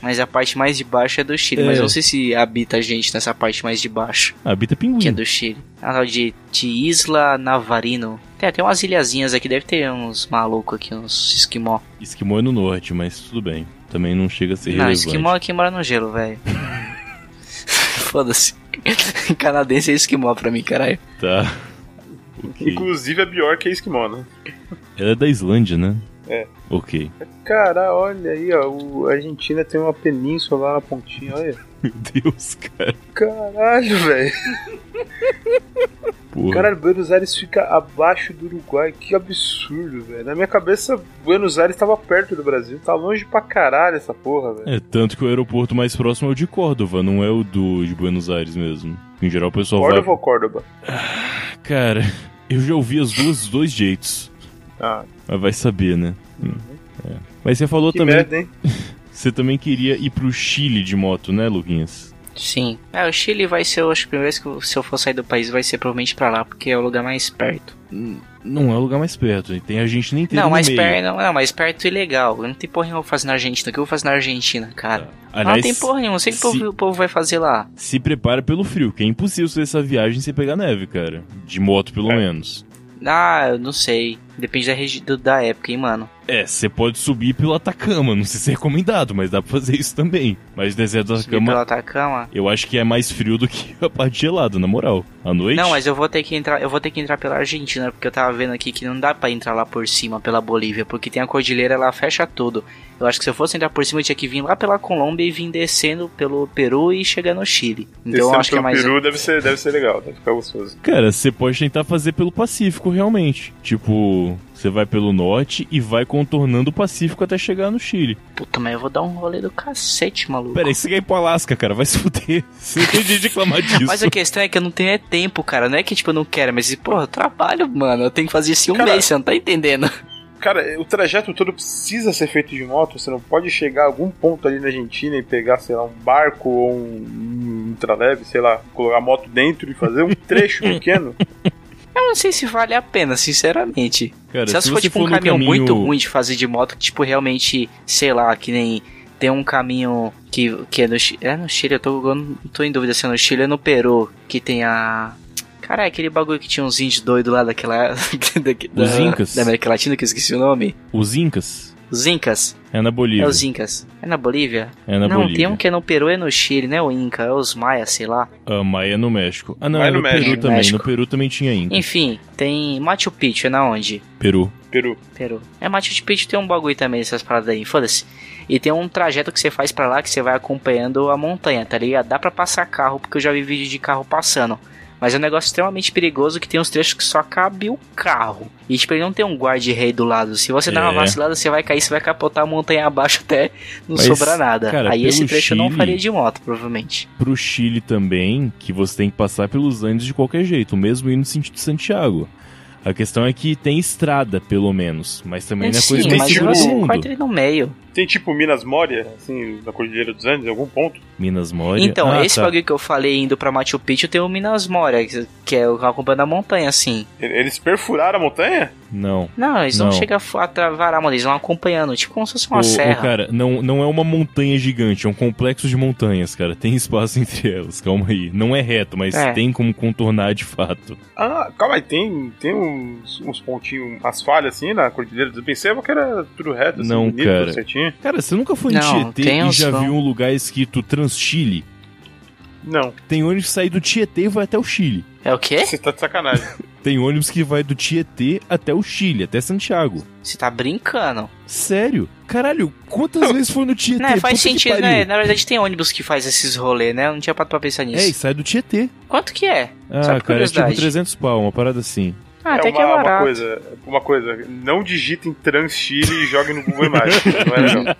mas a parte mais de baixo é do Chile. Mas É. eu não sei se habita gente nessa parte mais de baixo, Habita que é Ah, pinguim. do Chile. A tal de, de Isla Navarino. Tem até umas ilhazinhas aqui, deve ter uns malucos aqui, uns esquimó. Esquimó é no norte, mas tudo bem. Também não chega a ser Não, relevante. esquimó é quem mora no gelo, velho. Foda-se. Canadense é esquimó pra mim, caralho. Tá. Ok. Inclusive a Bjork é esquimó, né? Ela é da Islândia, né? É. Ok. Cara, olha aí, ó. o- a Argentina tem uma península lá na pontinha, olha. Meu Deus, cara. Caralho, velho. Porra. Caralho, Buenos Aires fica abaixo do Uruguai. Que absurdo, velho. Na minha cabeça, Buenos Aires tava perto do Brasil. Tá longe pra caralho essa porra, velho. É, tanto que o aeroporto mais próximo é o de Córdoba, não é o do de Buenos Aires mesmo. Em geral o pessoal Córdoba ou Córdoba? vai. Cara, eu já ouvi as duas dos dois jeitos. Ah, Mas vai saber, né? Hum, é. Mas você falou que também. merda, hein? Você também queria ir pro Chile de moto, né, Luquinhas? Sim. É, o Chile vai ser, eu acho, a primeira vez que eu- se eu for sair do país, vai ser provavelmente pra lá, porque é o lugar mais perto. Não é o lugar mais perto. e Tem a gente nem tem não, no mais meio. perto, não, não, mais perto e legal. Não tem porra nenhuma eu vou fazer na Argentina. O que eu vou fazer na Argentina, cara? Ah, Aliás, não tem porra nenhuma. Não sei o que o se- povo- o povo vai fazer lá. se prepara pelo frio, que é impossível fazer essa viagem sem pegar neve, cara. De moto, pelo É. menos. Ah, eu não sei. Depende da, regi- do- da época, hein, mano. É, você pode subir pelo Atacama, não sei se é recomendado, mas dá pra fazer isso também. Mas o deserto do Subir pelo Atacama, Atacama. eu acho que é mais frio do que a parte gelada, na moral. À noite? Não, mas eu vou ter que entrar, eu vou ter que entrar pela Argentina, porque eu tava vendo aqui que não dá pra entrar lá por cima pela Bolívia, porque tem a cordilheira, ela fecha tudo. Eu acho que se eu fosse entrar por cima, eu tinha que vir lá pela Colômbia e vir descendo pelo Peru e chegar no Chile. Então eu Descendo acho que é pelo mais Peru deve ser, deve ser legal, deve ficar gostoso. Cara, você pode tentar fazer pelo Pacífico, realmente. Tipo, você vai pelo norte e vai contornando o Pacífico até chegar no Chile. Puta, mas eu vou dar um rolê do cacete, maluco. Pera aí, você quer ir pro Alasca, cara, vai se fuder. Você não tem de reclamar disso. Mas a questão é que eu não tenho é tempo, cara. Não é que tipo eu não quero, mas porra, eu trabalho, mano. Eu tenho que fazer isso em um Cara- mês, você não tá entendendo. Cara, o trajeto todo precisa ser feito de moto. Você não pode chegar a algum ponto ali na Argentina e pegar, sei lá, um barco ou um, um traleve, sei lá, colocar a moto dentro e fazer um trecho pequeno. Eu não sei se vale a pena, sinceramente. Cara, se, for tipo um no caminho, muito caminho- ruim de fazer de moto, que tipo realmente, sei lá, que nem tem um caminho que, que é no Chile. É no Chile, eu tô, eu não tô em dúvida se é no Chile ou no Peru, que tem a. Caralho, aquele bagulho que tinha uns índios doidos lá daquela. daqui- da, Os Incas? Da América Latina, que eu esqueci o nome. Os Incas? Os Incas? É na Bolívia. É os Incas. É na Bolívia? É na não, Bolívia. tem um que é no Peru e é no Chile, né? O Inca, é os Maias, sei lá. A Maia é no México. Ah, não, Maia é no no México. Peru também. México. No Peru também tinha Inca. Enfim, tem Machu Picchu, é na onde? Peru. Peru. Peru. É, Machu Picchu tem um bagulho também, essas paradas aí, foda-se. E tem um trajeto que você faz pra lá que você vai acompanhando a montanha, tá ligado? Dá pra passar carro, porque eu já vi vídeo de carro passando. Mas é um negócio extremamente perigoso que tem uns trechos que só cabe o carro. E tipo, ele não tem um guarda-rei do lado. Se você dar uma É. vacilada, você vai cair, você vai capotar a montanha abaixo até não Mas, sobrar nada. cara, aí esse pelo trecho eu não Chile- faria de moto, provavelmente. Pro Chile também, que você tem que passar pelos Andes de qualquer jeito, mesmo indo no sentido de Santiago. A questão é que tem estrada, pelo menos. Mas também não é coisa tem mais mas tipo- segura do você mundo. corta ele é no meio. Tem tipo Minas Moria, assim, na Cordilheira dos Andes, em algum ponto. Minas Moria. Então, Ah, esse tá. bagulho que eu falei indo pra Machu Picchu tem o Minas Moria, que- que é o acompanhando a montanha, assim. E- Eles perfuraram a montanha? Não. Não, eles não, Não. chegam a fu- a travar a mano, eles vão acompanhando, tipo como se fosse uma Ô, ô, serra. cara, não, não é uma montanha gigante, é um complexo de montanhas, cara. Tem espaço entre elas, calma aí. Não é reto, mas É. tem como contornar de fato. Ah, calma aí, tem, tem uns, uns pontinhos, umas falhas assim na Cordilheira dos Andes. Pensei que era tudo reto, assim, Não, bonito, cara. certinho. Cara, você nunca foi Não, em Tietê tem e uns já vão. viu um lugar escrito Transchile? Não, Tem ônibus que sai do Tietê e vai até o Chile. É o quê? você tá de sacanagem. Tem ônibus que vai do Tietê até o Chile, até Santiago. Você tá brincando. Sério? Caralho, quantas vezes foi no Tietê? Não, Né, Puta faz que sentido, pariu. né? Na verdade tem ônibus que faz esses rolês, né? Eu não tinha parado pra pensar É, e nisso. sai do Tietê. Quanto que é? Só Ah, por cara, é tipo curiosidade. 300 pau, uma parada assim. Ah, até é uma, que é uma barato. coisa, uma coisa, não digita em trans Chile e jogue no Google Imagens. não é legal.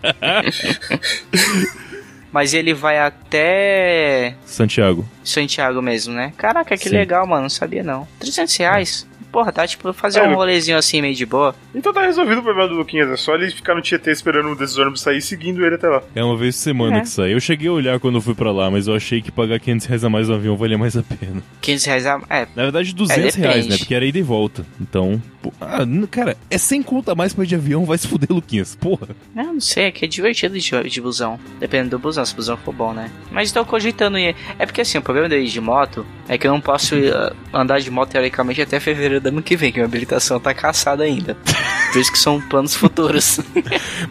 Mas ele vai até Santiago. Santiago mesmo, né? Caraca, que Sim. legal, mano. Não sabia não. 300 reais? Porra, dá tipo pra fazer É, um eu- rolezinho assim, meio de boa. Então tá resolvido o problema do Luquinhas, é só ele ficar no Tietê esperando um desses ônibus sair e seguindo ele até lá. É uma vez por semana É. que sai. Eu cheguei a olhar quando eu fui pra lá, mas eu achei que pagar 500 reais a mais no avião valia mais a pena. 500 reais a... É, Na verdade, 200 reais, depende. né? Porque era ida e volta. Então, pô, ah, n- cara, é sem conta a mais pra ir de avião, vai se fuder, Luquinhas. Porra. não, não sei, é que é divertido de, de busão. Dependendo do busão, se o busão for bom, né? Mas tô cogitando ir. É porque assim, o problema de ir de moto é que eu não posso eh, andar de moto teoricamente até fevereiro do ano que vem, que minha habilitação tá caçada ainda. Por isso que são planos futuros.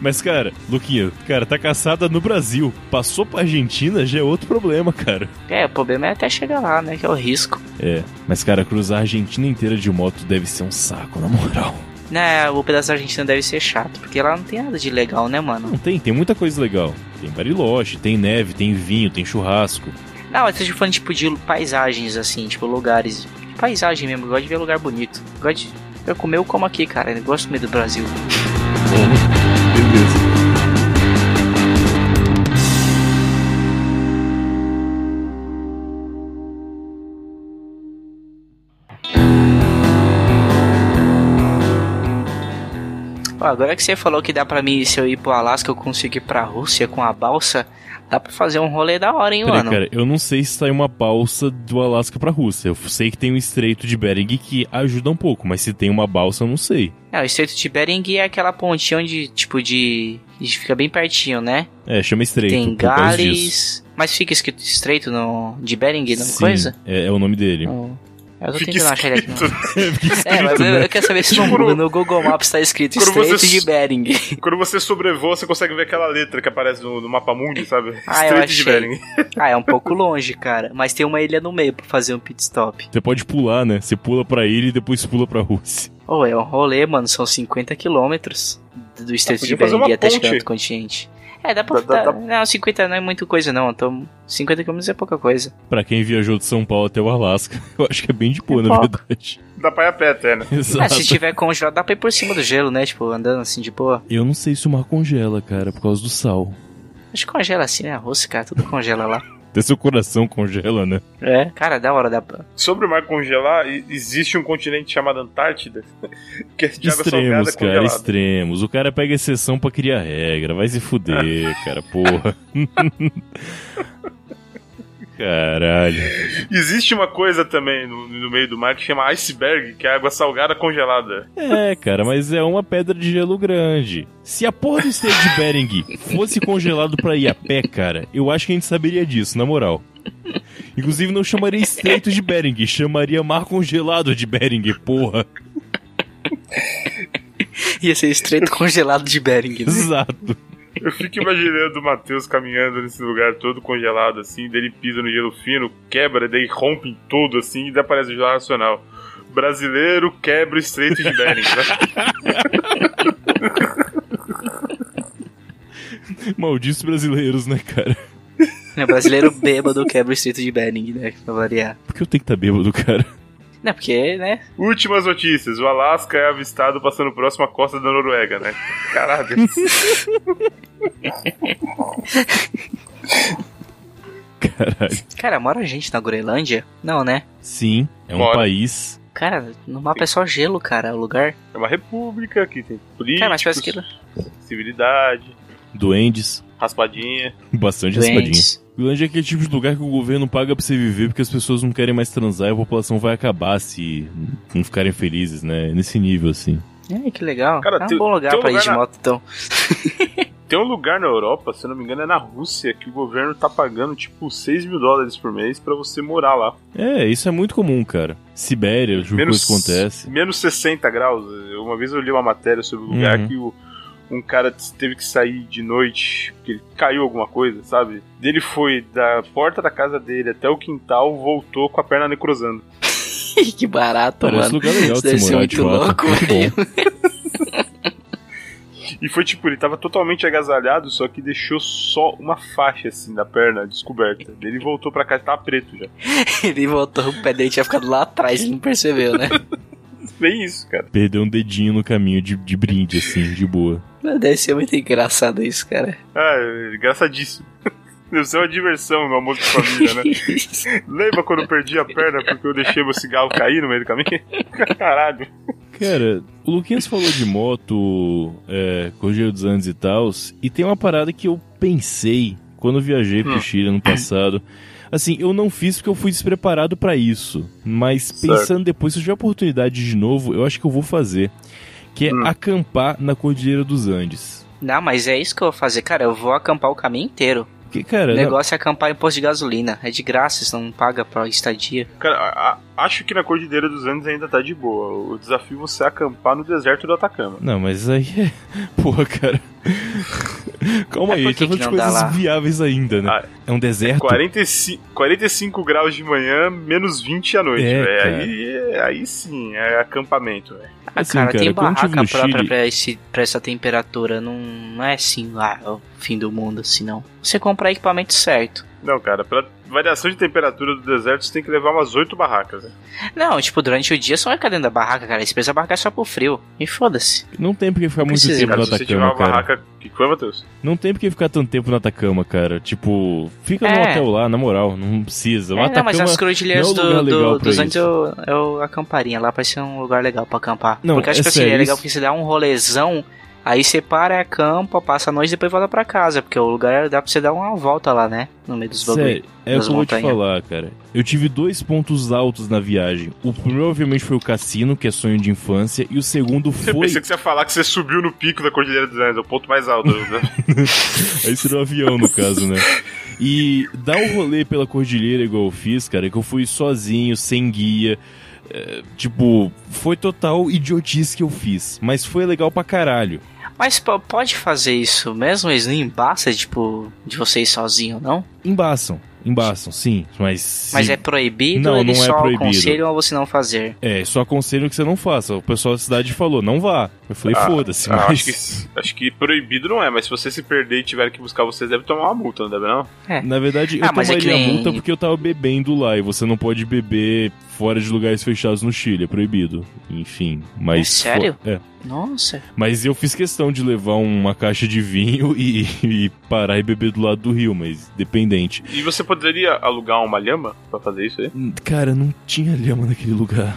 Mas, cara, Luquinhas, cara, tá caçada no Brasil. Passou pra Argentina, já é outro problema, cara. É, o problema é até chegar lá, né? Que é o risco. É, mas, cara, cruzar a Argentina inteira de moto deve ser um saco, na moral. Né, o pedaço da Argentina deve ser chato, porque lá não tem nada de legal, né, mano? Não tem, tem muita coisa legal. Tem bariloche, tem neve, tem vinho, tem churrasco. Não, eu tô tipo, falando tipo de paisagens, assim, tipo lugares. Paisagem mesmo, eu gosto de ver lugar bonito. Eu Gosto de... Eu comer, eu como aqui, cara. Eu gosto mesmo do Brasil. Beleza. Ó, agora que você falou que dá pra mim, se eu ir pro Alasca, eu consigo ir pra Rússia com a balsa, dá pra fazer um rolê da hora, hein, Peraí, mano? cara, eu não sei se sai uma balsa do Alasca pra Rússia. Eu sei que tem o Estreito de Bering que ajuda um pouco, mas se tem uma balsa, eu não sei. É, o Estreito de Bering é aquela pontinha onde, tipo, de... de Fica bem pertinho, né? É, chama Estreito. Tem por causa disso. Gales... Mas fica escrito Estreito no... de Bering, não Sim, coisa? É, é o nome dele. Não. Eu tô Fica tentando achar ele aqui. escrito, não. É, mas eu, eu quero saber se no, Tipo, Google- no Google Maps tá escrito quando você Estreito s- de Bering. Quando você sobrevoa, você consegue ver aquela letra que aparece no, no mapa mundi, sabe? Ah, eu Estreito achei. de Bering. Ah, é um pouco longe, cara. Mas tem uma ilha no meio pra fazer um pit stop. Você pode pular, né? Você pula pra ilha e depois pula pra Rússia. Ou é um rolê, mano. São 50 quilômetros do Estreito Ah, de podia fazer Bering uma até chegar ponte. no continente. É, dá pra. Dá- dá- dá- Não, 50 não é muita coisa, não. Então, 50 quilômetros é pouca coisa. Pra quem viajou de São Paulo até o Alasca, eu acho que é bem de boa, É na pouco. verdade. Dá pra ir a pé até, né? Ah, Exato. se tiver congelado, dá pra ir por cima do gelo, né? Tipo, andando assim de boa. Eu não sei se o mar congela, cara, por causa do sal. Acho que congela assim, né? A Rússia, cara, tudo congela lá. Até seu coração congela, né? É. Cara, da hora, dá pra. Sobre o mar congelar, e- existe um continente chamado Antártida, que é de água salgada extremos, cara, congelada. extremos. O cara pega exceção pra criar regra. Vai se fuder, cara, porra. Caralho. Existe uma coisa também no, no meio do mar que chama iceberg, que é água salgada congelada. É, cara, mas é uma pedra de gelo grande. Se a porra do Estreito de Bering fosse congelado pra ir a pé, cara, eu acho que a gente saberia disso, na moral. Inclusive, não chamaria Estreito de Bering, chamaria Mar Congelado de Bering, porra. Ia ser estreito congelado de Bering. né? Exato. Eu fico imaginando o Matheus caminhando nesse lugar todo congelado, assim, dele pisa no gelo fino, quebra, daí rompe em tudo, assim, e daí aparece o jornal nacional. Brasileiro quebra o estreito de Bering. né? Malditos brasileiros, né, cara? É brasileiro bêbado quebra o estreito de Bering, né? Pra variar. Por que eu tenho que estar bêbado, cara? Não, porque, né? Últimas notícias: o Alasca é avistado passando próximo à costa da Noruega, né? Caralho. Caralho. Cara, mora gente na Groenlândia? Não, né? Sim, é um Mora. país. Cara, no mapa é só gelo, cara, o lugar. É uma república que tem política, Cara, mas parece que civilidade, Doentes, raspadinha. bastante raspadinho. doentes. Groenlândia é aquele tipo de lugar que o governo paga pra você viver porque as pessoas não querem mais transar e a população vai acabar se não ficarem felizes, né? Nesse nível, assim. É, que legal. Cara, é um tem- bom lugar tem um pra ir lugar de na- moto, então. Tem um lugar na Europa, se eu não me engano, é na Rússia, que o governo tá pagando tipo 6 mil dólares por mês pra você morar lá. É, isso é muito comum, cara. Sibéria, o que isso acontece. Menos 60 graus. Eu- Uma vez eu li uma matéria sobre um lugar Uhum. que o- um cara teve que sair de noite, porque ele caiu alguma coisa, sabe? Ele foi da porta da casa dele até o quintal, voltou com a perna necrosando. Ih, que barato, Parece mano. lugar legal Isso de se deve ser morar, de muito fato. louco, Muito velho. bom. E foi tipo, ele tava totalmente agasalhado, só que deixou só uma faixa assim da perna descoberta. Ele voltou pra casa, tava preto já. Ele voltou, o pé dele tinha ficado lá atrás, ele não percebeu, né? Bem isso, cara. Perdeu um dedinho no caminho de, de brinde, assim, de boa. Mas Deve ser muito engraçado isso, cara. Ah, é engraçadíssimo. Deve ser uma diversão no almoço de família, né? Lembra quando eu perdi a perna porque eu deixei meu cigarro cair no meio do caminho? Caralho. Cara, o Luquinhas falou de moto, é, Cordeiro dos Andes e tal, e tem uma parada que eu pensei quando eu viajei Hum. pro Chile ano passado. Assim, eu não fiz porque eu fui despreparado pra isso, mas Certo. pensando depois, se eu tiver oportunidade de novo, eu acho que eu vou fazer, que é Hum. acampar na Cordilheira dos Andes. Não, mas é isso que eu vou fazer, cara. Eu vou acampar o caminho inteiro. Porque, cara, O na- negócio é acampar em posto de gasolina. É de graça, você não paga pra estadia. Cara, a- a- acho que na Cordilheira dos Andes ainda tá de boa. O desafio é você acampar no deserto do Atacama. Não, mas aí é. Porra, cara. Calma aí, a Mas É por gente tá que falando que de não dá coisas lá? viáveis ainda, né? Ah, é um deserto. 45, 45 graus de manhã, menos 20 à noite. É, velho. cara. aí, aí sim, é acampamento. velho. Ah, Assim, cara, cara, tem quando eu tive barraca no própria Chile- pra, esse, pra essa temperatura. Não, não é assim lá, é o fim do mundo, assim, não. Você comprar equipamento certo. Não, cara, pra variação de temperatura do deserto, você tem que levar umas 8 barracas. né? velho. Não, tipo, durante o dia você não vai ficar dentro da barraca, cara. Você precisa barracar só pro frio. E foda-se. Não tem porque ficar muito Precisa, tempo Cara, no se você tiver uma Atacama, cara. barraca. que foi, Matheus? Não tem porque ficar tanto tempo no Atacama, cara. Tipo, fica no É. hotel lá, na moral. Não precisa. O É, não, Atacama. mas as cordilheiras não é um lugar do, do- legal pra dos Andes isso. eu, eu acamparia. Lá parece ser um lugar legal pra acampar. Não, porque é eu acho que assim, sério, é legal isso- porque você dá um rolezão, aí você para, acampa, passa a noite e depois volta pra casa. Porque o lugar é, dá pra você dar uma volta lá, né? No meio dos bagulho. Sério, é o das que eu vou te montanhas. falar, cara. Eu tive dois pontos altos na viagem. O primeiro, obviamente, foi o cassino, que é sonho de infância. E o segundo Eu foi. pensei que você ia falar que você subiu no pico da Cordilheira dos Andes, é o ponto mais alto. né? Aí seria um avião, no caso, né? E dar um rolê pela cordilheira igual eu fiz, cara, é que eu fui sozinho, sem guia. é, tipo, foi total idiotice que eu fiz. Mas foi legal pra caralho. Mas po- pode fazer isso mesmo? Eles não embaçam, tipo, de vocês sozinho, não? Embaçam, embaçam, sim. Mas. se- Mas é proibido Não, ou eles não é só proibido. aconselham a você não fazer? É, só aconselho que você não faça. O pessoal da cidade falou, não vá. Eu falei, Ah, foda-se, Ah, mas. acho, que, acho que proibido não é, mas se você se perder e tiver que buscar, você deve tomar uma multa, não deve não? Na verdade, eu Ah, mas é que tomaria nem- multa porque eu tava bebendo lá e você não pode beber fora de lugares fechados no Chile, é proibido. Enfim, mas. É sério? fo- É. Nossa. Mas eu fiz questão de levar uma caixa de vinho e, e parar e beber do lado do rio, mas dependente. E você poderia alugar uma lhama pra fazer isso aí? Hum, Cara, não tinha lhama naquele lugar.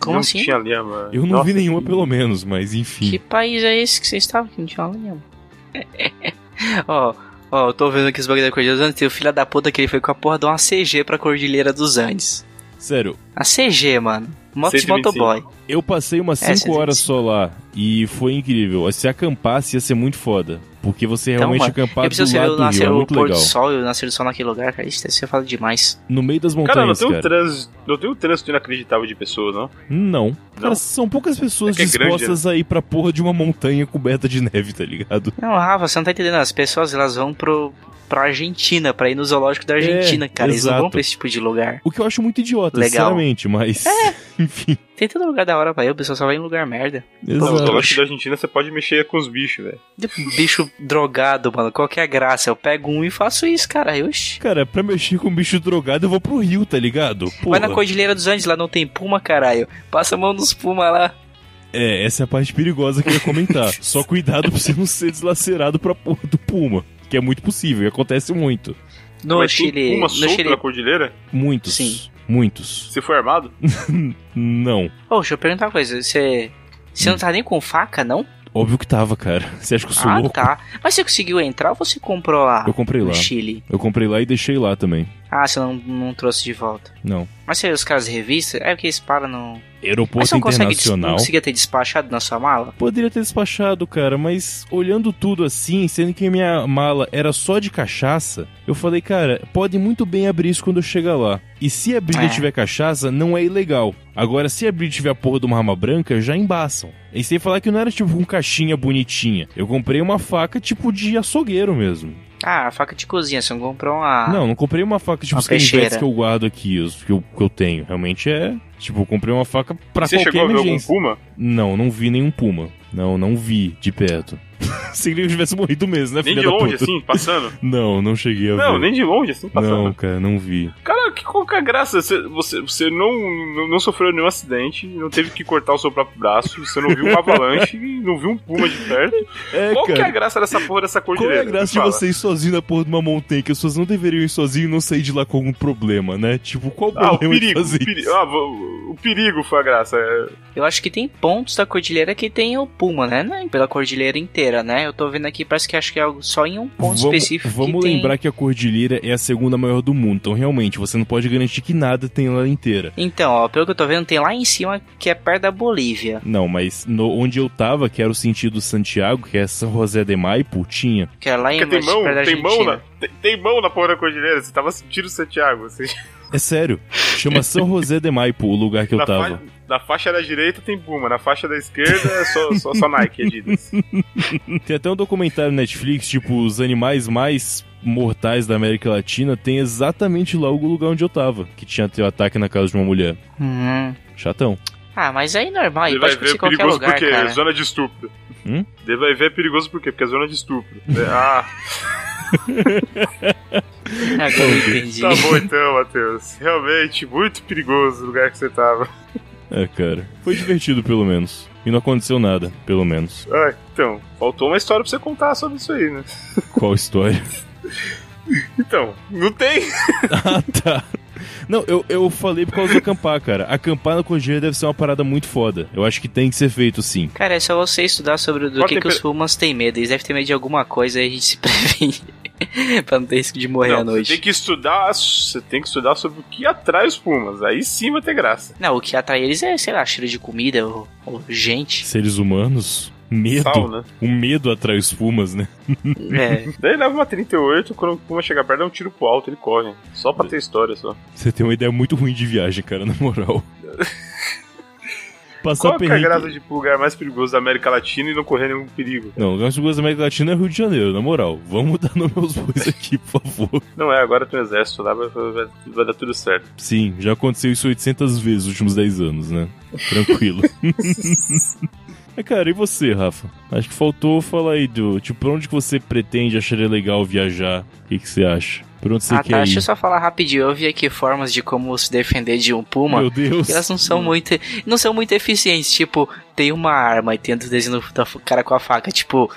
Como não assim? tinha lhama. Eu não Nossa, vi nenhuma, que- pelo menos, mas enfim. Que país é esse que vocês estavam que não tinha aula nenhuma? Ó, ó, eu tô vendo aqui os bagulho da Cordilheira dos Andes. Tem o filho da puta que ele foi com a porra de uma CG pra Cordilheira dos Andes. Sério, A CG, mano. Moto de 125. motoboy. eu passei umas É, 5 horas só lá e foi incrível. Se acampasse ia ser muito foda. Porque você Então, realmente mano, acampar Eu do preciso ver lado o do rio, nascer é o muito pôr do legal. sol e o nascer do sol naquele lugar, cara. Isso você fala demais. No meio das Cara, não montanhas, tem cara. um trânsito. Não tem um trânsito inacreditável de pessoas, não. Não. Cara, Não? são poucas pessoas É que é grande, dispostas a ir pra porra de uma montanha coberta de neve, tá ligado? Não, Rafa, você não tá entendendo. As pessoas, elas vão pro, pra Argentina, pra ir no zoológico da Argentina, É, cara. Eles não exato. vão pra esse tipo de lugar. O que eu acho muito idiota, Legal. É. sinceramente, mas. Enfim. Tem todo lugar da hora pra ir, o pessoal só vai em lugar merda. Não, Exato. o norte da Argentina você pode mexer com os bichos, velho. Bicho drogado, mano. Qual que é a graça? Eu pego um e faço isso, cara. Eu, oxi. Cara, pra mexer com um bicho drogado, eu vou pro rio, tá ligado? Porra. Vai na Cordilheira dos Andes, lá não tem puma, caralho. Passa a mão nos puma lá. É, essa é a parte perigosa que eu ia comentar. Só cuidado pra você não ser deslacerado pra porra do puma. Que é muito possível, e acontece muito. No Mas tem Chile. Uma No solta Chile. na cordilheira? Muitos. Sim. Muitos. Se for armado? Não. Ô, deixa eu perguntar uma coisa. Você. Você não tá nem com faca, não? Óbvio que tava, cara. Você acha que eu sou ah, louco? tá. Mas você conseguiu entrar ou você comprou lá Eu comprei lá. no Chile? Eu comprei lá e deixei lá também. Ah, você não, não trouxe de volta. Não. Mas você, os caras de revista, é porque eles param no, Mas Aeroporto você não consegue des- não internacional. conseguia ter despachado na sua mala? Poderia ter despachado, cara, mas olhando tudo assim, sendo que minha mala era só de cachaça, eu falei, cara, pode muito bem abrir isso quando eu chegar lá. E se abrir É. e tiver cachaça, não é ilegal. Agora, se abrir e tiver a porra de uma arma branca, já embaçam. E sem falar que não era tipo com caixinha bonitinha. Eu comprei uma faca tipo de açougueiro mesmo. Ah, a faca de cozinha, você não comprou uma. Não, não comprei uma faca tipo Ah. Uma os canivetes peixeira. que eu guardo aqui, os que eu, que eu tenho. Realmente é. Tipo, eu comprei uma faca pra você qualquer chegou a ver algum emergência. puma? Não, não vi nenhum puma. Não, não vi de perto. Seria que eu tivesse morrido mesmo, né, Nem filha de da longe, puta? assim, passando? Não, não cheguei a ver. Não, nem de longe, assim, passando. Não, cara, não vi. Caralho, Cara, que, qual que é a graça? Você, você, você não, não, não sofreu nenhum acidente, não teve que cortar o seu próprio braço, você não viu uma avalanche, não viu um puma de perto. É, qual que é a cara. graça dessa porra dessa Qual cordilheira? é a graça de Fala. você ir sozinho na porra de uma montanha? Que as pessoas não deveriam ir sozinho e não sair de lá com algum problema, né? Tipo, qual o Ah, problema o perigo. de fazer O, peri- isso? ah, vo- o perigo foi a graça. é. Eu acho que tem pontos da cordilheira que tem o Puma, né? Não é pela cordilheira inteira, né? Eu tô vendo aqui, parece que acho que é algo só em um ponto específico. vamos que lembrar que a cordilheira é a segunda maior do mundo, então realmente você não pode garantir que nada tem lá inteira. Tem... Então, ó, pelo que eu tô vendo, tem lá em cima que é perto da Bolívia. Não, mas no- onde eu tava, que era o sentido Santiago, que é São José de Maipo, tinha. Que é lá em Porque tem mão, perto da tem mão, né? Argentina. na, tem, tem mão na porra da cordilheira. Você tava sentindo Santiago, assim. É sério, chama São José de Maipo o lugar que eu na, fa- tava. na faixa da direita tem Puma, na faixa da esquerda é só, só, só Nike, Adidas. Tem até um documentário na Netflix, tipo, os animais mais mortais da América Latina tem exatamente lá o lugar onde eu tava, que tinha teu ataque na casa de uma mulher. Hum. Chatão. Ah, mas aí é normal, aí Ele vai pode acontecer ver em qualquer perigoso lugar, porque é cara. zona de estupro. Hum? Ele vai ver perigoso por quê? Porque é zona de estupro. É, ah, Agora eu entendi. tá bom então, Matheus. Realmente, muito perigoso o lugar que você tava. É, cara. Foi divertido, pelo menos. E não aconteceu nada, pelo menos. Ah, então, faltou uma história pra você contar sobre isso aí, né? Qual história? Então, não tem. ah, tá. Não, eu, eu falei por causa do acampar, cara. Acampar na cordilheira deve ser uma parada muito foda. Eu acho que tem que ser feito, sim. Cara, é só você estudar sobre do Qual é que, que tempera- os pumas têm medo. Eles devem ter medo de alguma coisa e a gente se previne. pra não ter risco de morrer à Não, você noite. tem que estudar, você tem que estudar sobre o que atrai os pumas. Aí sim vai ter graça. Não, o que atrai eles é, sei lá, cheiro de comida ou, ou gente. Seres humanos? Medo. Sauna. O medo atrai os pumas, né? É, né? Daí leva uma 38, quando o puma chega perto, dá um tiro pro alto, ele corre. Só pra ter história só. Você tem uma ideia muito ruim de viagem, cara, na moral. Passar Qual que é a perrengue... graça de ir pro lugar mais perigoso da América Latina e não correr nenhum perigo? Não, o lugar mais perigoso da América Latina é Rio de Janeiro, na moral. Vamos mudar nome aos bois aqui, por favor. Não é, agora tem um exército lá, vai, vai- vai dar tudo certo. Sim, já aconteceu isso 800 vezes nos últimos 10 anos, né? Tranquilo. É, cara, e você, Rafa? Acho que faltou falar aí do... Tipo, pra onde que você pretende, acharia legal viajar? O que, que você acha? Pra onde você ah, quer tá, ir? deixa eu só falar rapidinho. Eu vi aqui formas de como se defender de um puma. Meu Deus. E elas não são muito. não são muito eficientes. Tipo, tem uma arma e tem o desenho do da f- cara com a faca. Tipo.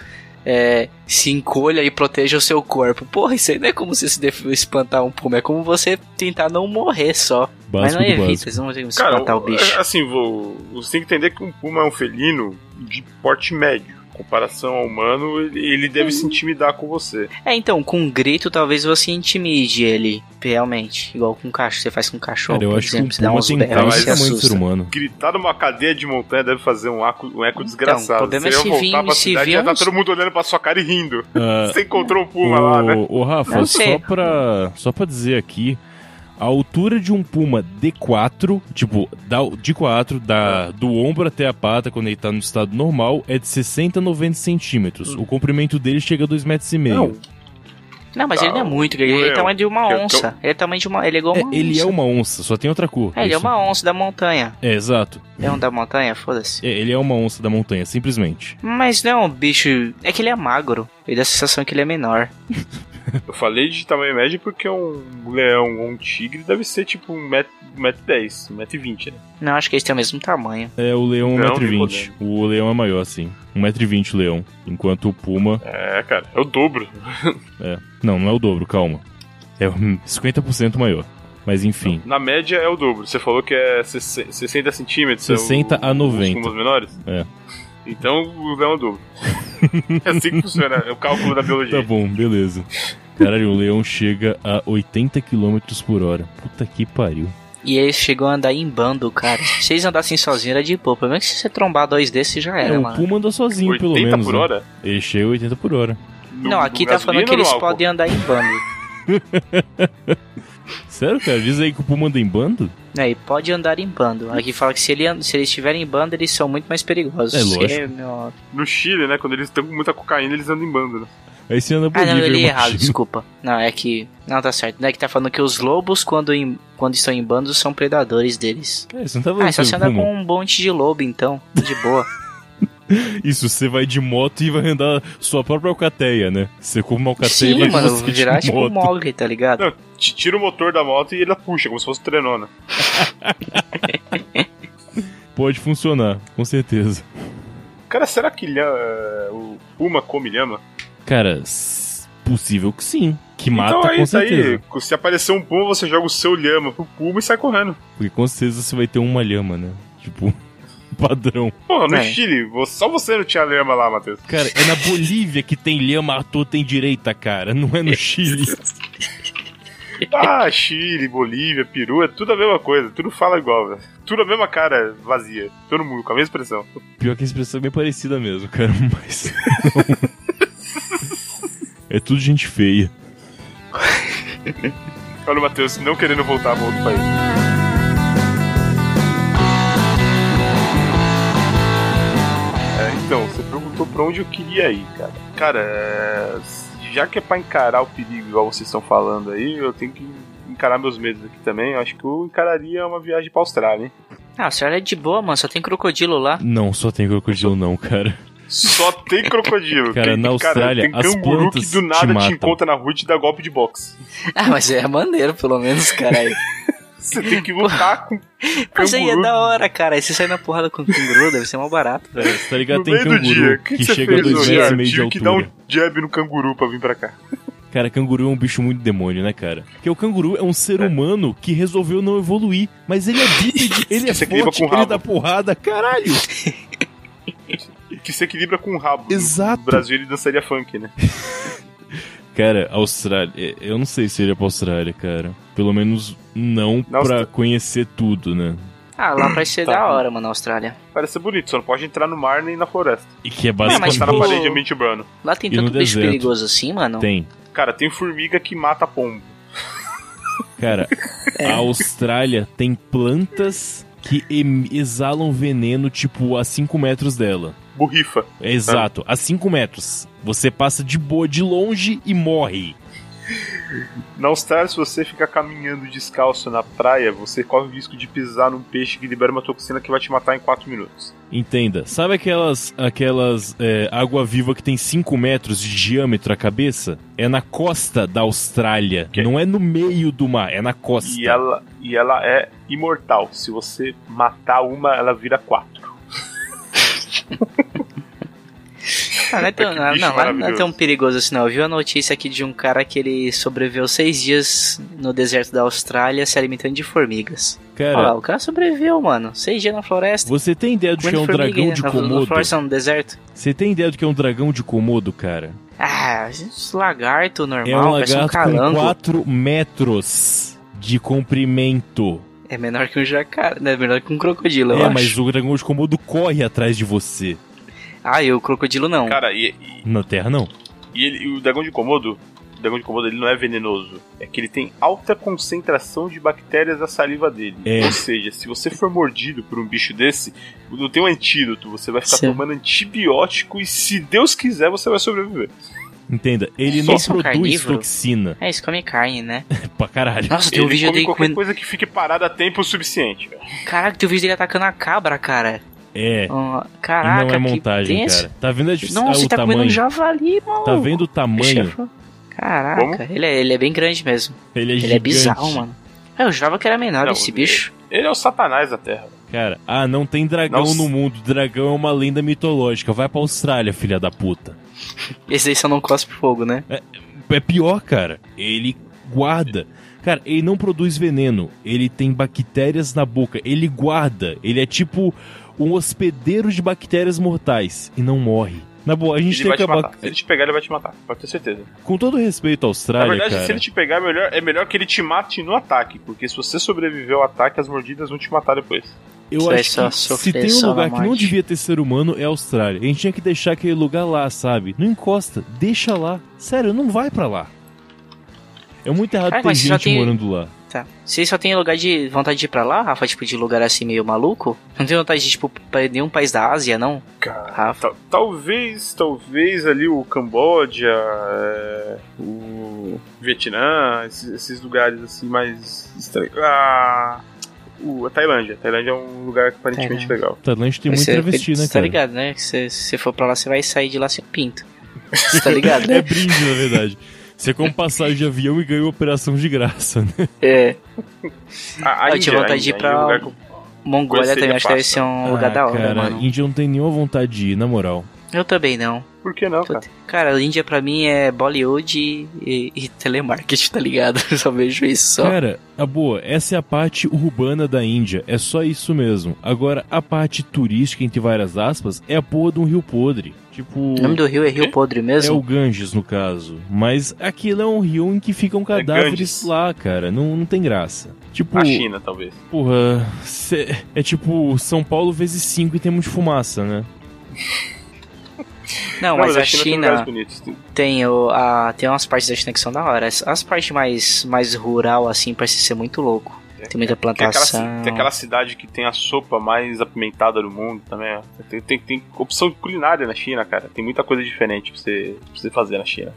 é, se encolha e proteja o seu corpo. Porra, isso aí não é como você se def- espantar um puma, é como você tentar não morrer só. Mas Básico não do evita, básico. vocês não vão Cara, espantar o bicho. é- assim, vou, você tem que entender que um puma é um felino de porte médio. Em comparação ao humano, ele, ele deve se intimidar com você. É, então, com um grito talvez você intimide ele, realmente. Igual com um cachorro, você faz com um cachorro, Cara, eu por acho que um exemplo, você dá puma uns tem berros e mais se tamanho de ser assusta. humano. Gritar numa cadeia de montanha deve fazer um, aco, um eco desgraçado. problema é você se ia vir- voltar pra se É. cidade vir e já tá uns- todo mundo olhando pra sua cara e rindo. Ah, Você encontrou um puma lá, né? Ô, ô, Rafa, Não só sei. pra, só pra dizer aqui, a altura de um puma D4, tipo, da, de 4, da, do ombro até a pata, quando ele tá no estado normal, é de 60 a 90 Hum. centímetros. O comprimento dele chega a 2,5 metros. E meio. Não, mas Tá, ele não é muito grande, ele é Léo, tamanho de uma que eu tô- onça. Ele é tamanho de uma. Ele é igual uma É, ele é onça. uma onça, só tem outra cor. É, ele é isso. uma onça da montanha. É, exato. É um da montanha? Foda-se. É, ele é uma onça da montanha, simplesmente. Mas não é um bicho. É que ele é magro. Ele dá a sensação que ele é menor. Eu falei de tamanho médio porque um leão ou um tigre deve ser tipo 1,10m, 1,20m, né? Não, acho que eles têm o mesmo tamanho. É, o leão é Não, 1,20m. O leão é maior, sim. 1,20m o leão. Enquanto o puma. É, cara, é o dobro. Não, não é o dobro, calma. É hum, 50% maior. Mas enfim. Na média é o dobro. Você falou que é 60 centímetros. é o- 60 a 90. Os pumas menores? É. Então o leão é o dobro. é assim que funciona, é o cálculo da biologia. Tá bom, beleza. Caralho, o leão chega a 80 km por hora. Puta que pariu. E eles chegam a andar em bando, cara. Se eles andassem sozinhos era de boa. Pelo menos se você trombar dois desses já É, era, o mano. Puma anda sozinho, 80 pelo menos. por né? hora? Ele chega a 80 por hora. No- Não, aqui no tá falando gasolina que ou no eles álcool? podem andar em bando. Sério, cara? Diz aí que o Puma anda em bando? Né, e pode andar em bando. Aqui fala que se, ele, an- se eles estiverem em bando, eles são muito mais perigosos. É lógico. Que, meu- No Chile, né? Quando eles estão com muita cocaína, eles andam em bando, né? Aí você anda Ah, Bolívia, não, eu li imagino. errado, desculpa. Não, é que. Não, tá certo. Não é que tá falando que os lobos, quando, em- quando estão em bandos, são predadores deles. Cara, você não tá Ah, é falando só sobre você o andar Puma? com um monte de lobo, então. De boa. Isso, você vai de moto e vai andar sua própria alcateia, né? Você compra uma alcateia e Sim, vai mano, você de virar tipo um moto. Mogli, tá ligado? Não, t- tira o motor da moto e ela puxa, como se fosse né? trenona. Pode funcionar, com certeza. Cara, será que lha- é, o Puma come lhama? Cara, s- possível que sim. Que mata então é com isso certeza. aí. Se aparecer um Puma, você joga o seu lhama pro Puma e sai correndo. Porque com certeza você vai ter uma lhama, né? Tipo, padrão. Porra, no É. Chile, vo- só você não tinha lhama lá, Matheus. Cara, é na Bolívia que tem lhama, ator tem direita, cara. Não é no Chile. Ah, Chile, Bolívia, Peru, é tudo a mesma coisa. Tudo fala igual, velho. Tudo a mesma cara vazia. Todo mundo com a mesma expressão. Pior que a expressão é bem parecida mesmo, cara, mas. não. É tudo gente feia. Olha o Matheus não querendo voltar para outro país. É, então, você perguntou pra onde eu queria ir, cara. Cara, é, já que é pra encarar o perigo, igual vocês estão falando aí, eu tenho que encarar meus medos aqui também. Eu acho que eu encararia uma viagem pra Austrália, hein? Ah, a senhora é de boa, mano, só tem crocodilo lá. Não, só tem crocodilo, não, cara. Só tem crocodilo. Cara, tem, na Austrália, cara, tem as canguru plantas que do te nada te, matam. encontra na rua e te dá golpe de boxe. Ah, mas é maneiro, pelo menos, caralho. Você tem que lutar com um Mas aí é Canguru. da hora, cara. E se sair na porrada com o canguru, deve ser mal barato, velho. Você tá ligado? É. no Tem meio do dia. canguru O que, você chega a fez dois hoje? metros Ah, e meio de tive que dar altura. um jab no canguru pra vir pra cá. Cara, canguru é um bicho muito demônio, né, cara? Porque o canguru é um ser humano que resolveu não evoluir. Mas ele é bípede, ele é Você equilibra forte, com o ele rabo. dá porrada, caralho! que se equilibra com o rabo. Exato. No Brasil ele dançaria funk, né? Cara, Austrália. é, Eu não sei se iria pra Austrália, cara. Pelo menos não Na pra Austra- conhecer tudo, né? Ah, lá parece ser Tá. da hora, mano, na Austrália. Parece bonito, só não pode entrar no mar nem na floresta. E que é Mas, mas, pode basicamente. estar na tipo- parede de ambiente urbano. Lá tem E no tanto bicho deserto. perigoso assim, mano. Tem. Cara, tem formiga que mata pombo. Cara, a Austrália tem plantas que em- exalam veneno, tipo, a 5 metros dela. Borrifa. É Exato, a 5 metros. Você passa de boa, de longe e morre. Na Austrália, se você ficar caminhando descalço na praia, você corre o risco de pisar num peixe que libera uma toxina que vai te matar em 4 minutos. Entenda. Sabe aquelas aquelas é, água-viva que tem 5 metros de diâmetro a cabeça? É na costa da Austrália. Que- Não é no meio do mar, é na costa. E ela, e ela é imortal. Se você matar uma, ela vira quatro. Ah, não é tão, Que não, bicho não, lá não é maravilhoso. tão perigoso assim, não. Eu vi uma notícia aqui de um cara que ele sobreviveu seis dias no deserto da Austrália se alimentando de formigas. Olha lá, Cara, o cara sobreviveu, mano. Seis dias na floresta. você tem ideia do que é um comendo formiga, dragão de na, na Komodo? floresta, no deserto. Você tem ideia do que é um dragão de Komodo, cara? Ah, uns lagarto normal, É um parece um lagarto com calango. 4 metros de comprimento. É menor que um jacaré, né? É menor que um crocodilo, eu é, acho. mas o dragão de Komodo corre atrás de você. Ah, e o crocodilo não. Cara, e, e- Na Terra, não. e ele- e o dragão de Komodo, o dragão de Komodo ele não é venenoso. É que ele tem alta concentração de bactérias na saliva dele. É. Ou seja, se você for mordido por um bicho desse, não tem um antídoto. Você vai ficar Sim. tomando antibiótico e, se Deus quiser, você vai sobreviver. Entenda, ele Eles não são produz carnívoros? toxina. É É, isso come carne, né? Pra caralho. Nossa, tem um Ele vídeo come dele qualquer comendo... coisa que fique parada a tempo o suficiente. velho. Caraca, tem um vídeo dele atacando a cabra, cara. É. Ah, e Caraca, não é montagem, que tenso. cara. Tá vendo a dif- Nossa, ah, ele o tá comendo um tamanho? javali, mano. Tá vendo o tamanho? Chefe. Caraca, ele é, ele é bem grande mesmo. Ele é Ele é gigante. bizarro, mano. Ah, Eu jurava que era menor Não, esse ele- bicho. Ele é o satanás da Terra. Cara, ah, não tem dragão Nossa. no mundo. Dragão é uma lenda mitológica. Vai pra Austrália, filha da puta. Esse daí só não cospe fogo, né? É pior, cara. Ele guarda. Cara, ele não produz veneno. Ele tem bactérias na boca. Ele guarda. Ele é tipo um hospedeiro de bactérias mortais. E não morre. Na boa, a gente Ele tem vai te que acabar. matar. Se ele te pegar, ele vai te matar. Pode ter certeza. Com todo respeito à Na Austrália, verdade, cara. se ele te pegar, é melhor, é melhor que ele te mate no ataque. Porque se você sobreviver ao ataque, as mordidas vão te matar depois. Eu acho Você vai só que se sofrer tem um só lugar na que não morte. devia ter ser humano é a Austrália. A gente tinha que deixar aquele lugar lá, sabe? Não encosta, deixa lá. Sério, não vai pra lá. É muito errado Cara, ter mas já gente tem- morando lá. Tá. Você só tem lugar de vontade de ir pra lá, Rafa? Tipo, de lugar assim meio maluco? Não tem vontade de, tipo, pra nenhum país da Ásia, não? Cara, Rafa. tal- talvez, talvez ali o Camboja, é, o Vietnã, esses, esses lugares assim mais estranhos. Ah, o- a Tailândia. A Tailândia é um lugar que aparentemente Tailândia. legal. Tailândia Tá, tem muito Você- travesti, né, você cara? Tá ligado, né? Que Se se você for pra lá, você vai sair de lá sem pinto. Você tá ligado, É né? brinde, na verdade. Você compra passagem de avião e ganha operação de graça, né? É. A, a Eu Índia, tinha vontade de a Índia ir é um pra- lugar que eu- Mongólia Conheceria também, acho que deve fácil. ser um lugar Ah, da hora, cara, mano. Índia eu não tem nenhuma vontade de ir, na moral. Eu também não. Por que não, Puta. cara? Cara, a Índia pra mim é Bollywood e, e- e telemarketing, tá ligado? Eu só vejo isso só. Cara, a boa, essa é a parte urbana da Índia, é só isso mesmo. Agora, a parte turística, entre várias aspas, é a porra de um rio podre. Tipo, O nome do rio é Rio Podre é o mesmo? Ganges, no caso. Mas aquilo é um rio em que ficam cadáveres Ganges. lá, cara. Não, não tem graça. Tipo, A China, talvez. porra, cê- é tipo São Paulo vezes 5 em termos de fumaça, né? Não, mas a tem China. um lugares bonitos. Tem, o, a, tem umas partes da China que são da hora. As, as partes mais, mais rural, assim, parece ser muito louco. Tem muita É, Tem aquela, ci- plantação. tem aquela cidade que tem a sopa mais apimentada do mundo também. ó. Tem, tem, tem opção culinária na China, cara. Tem muita coisa diferente pra você, pra você fazer na China.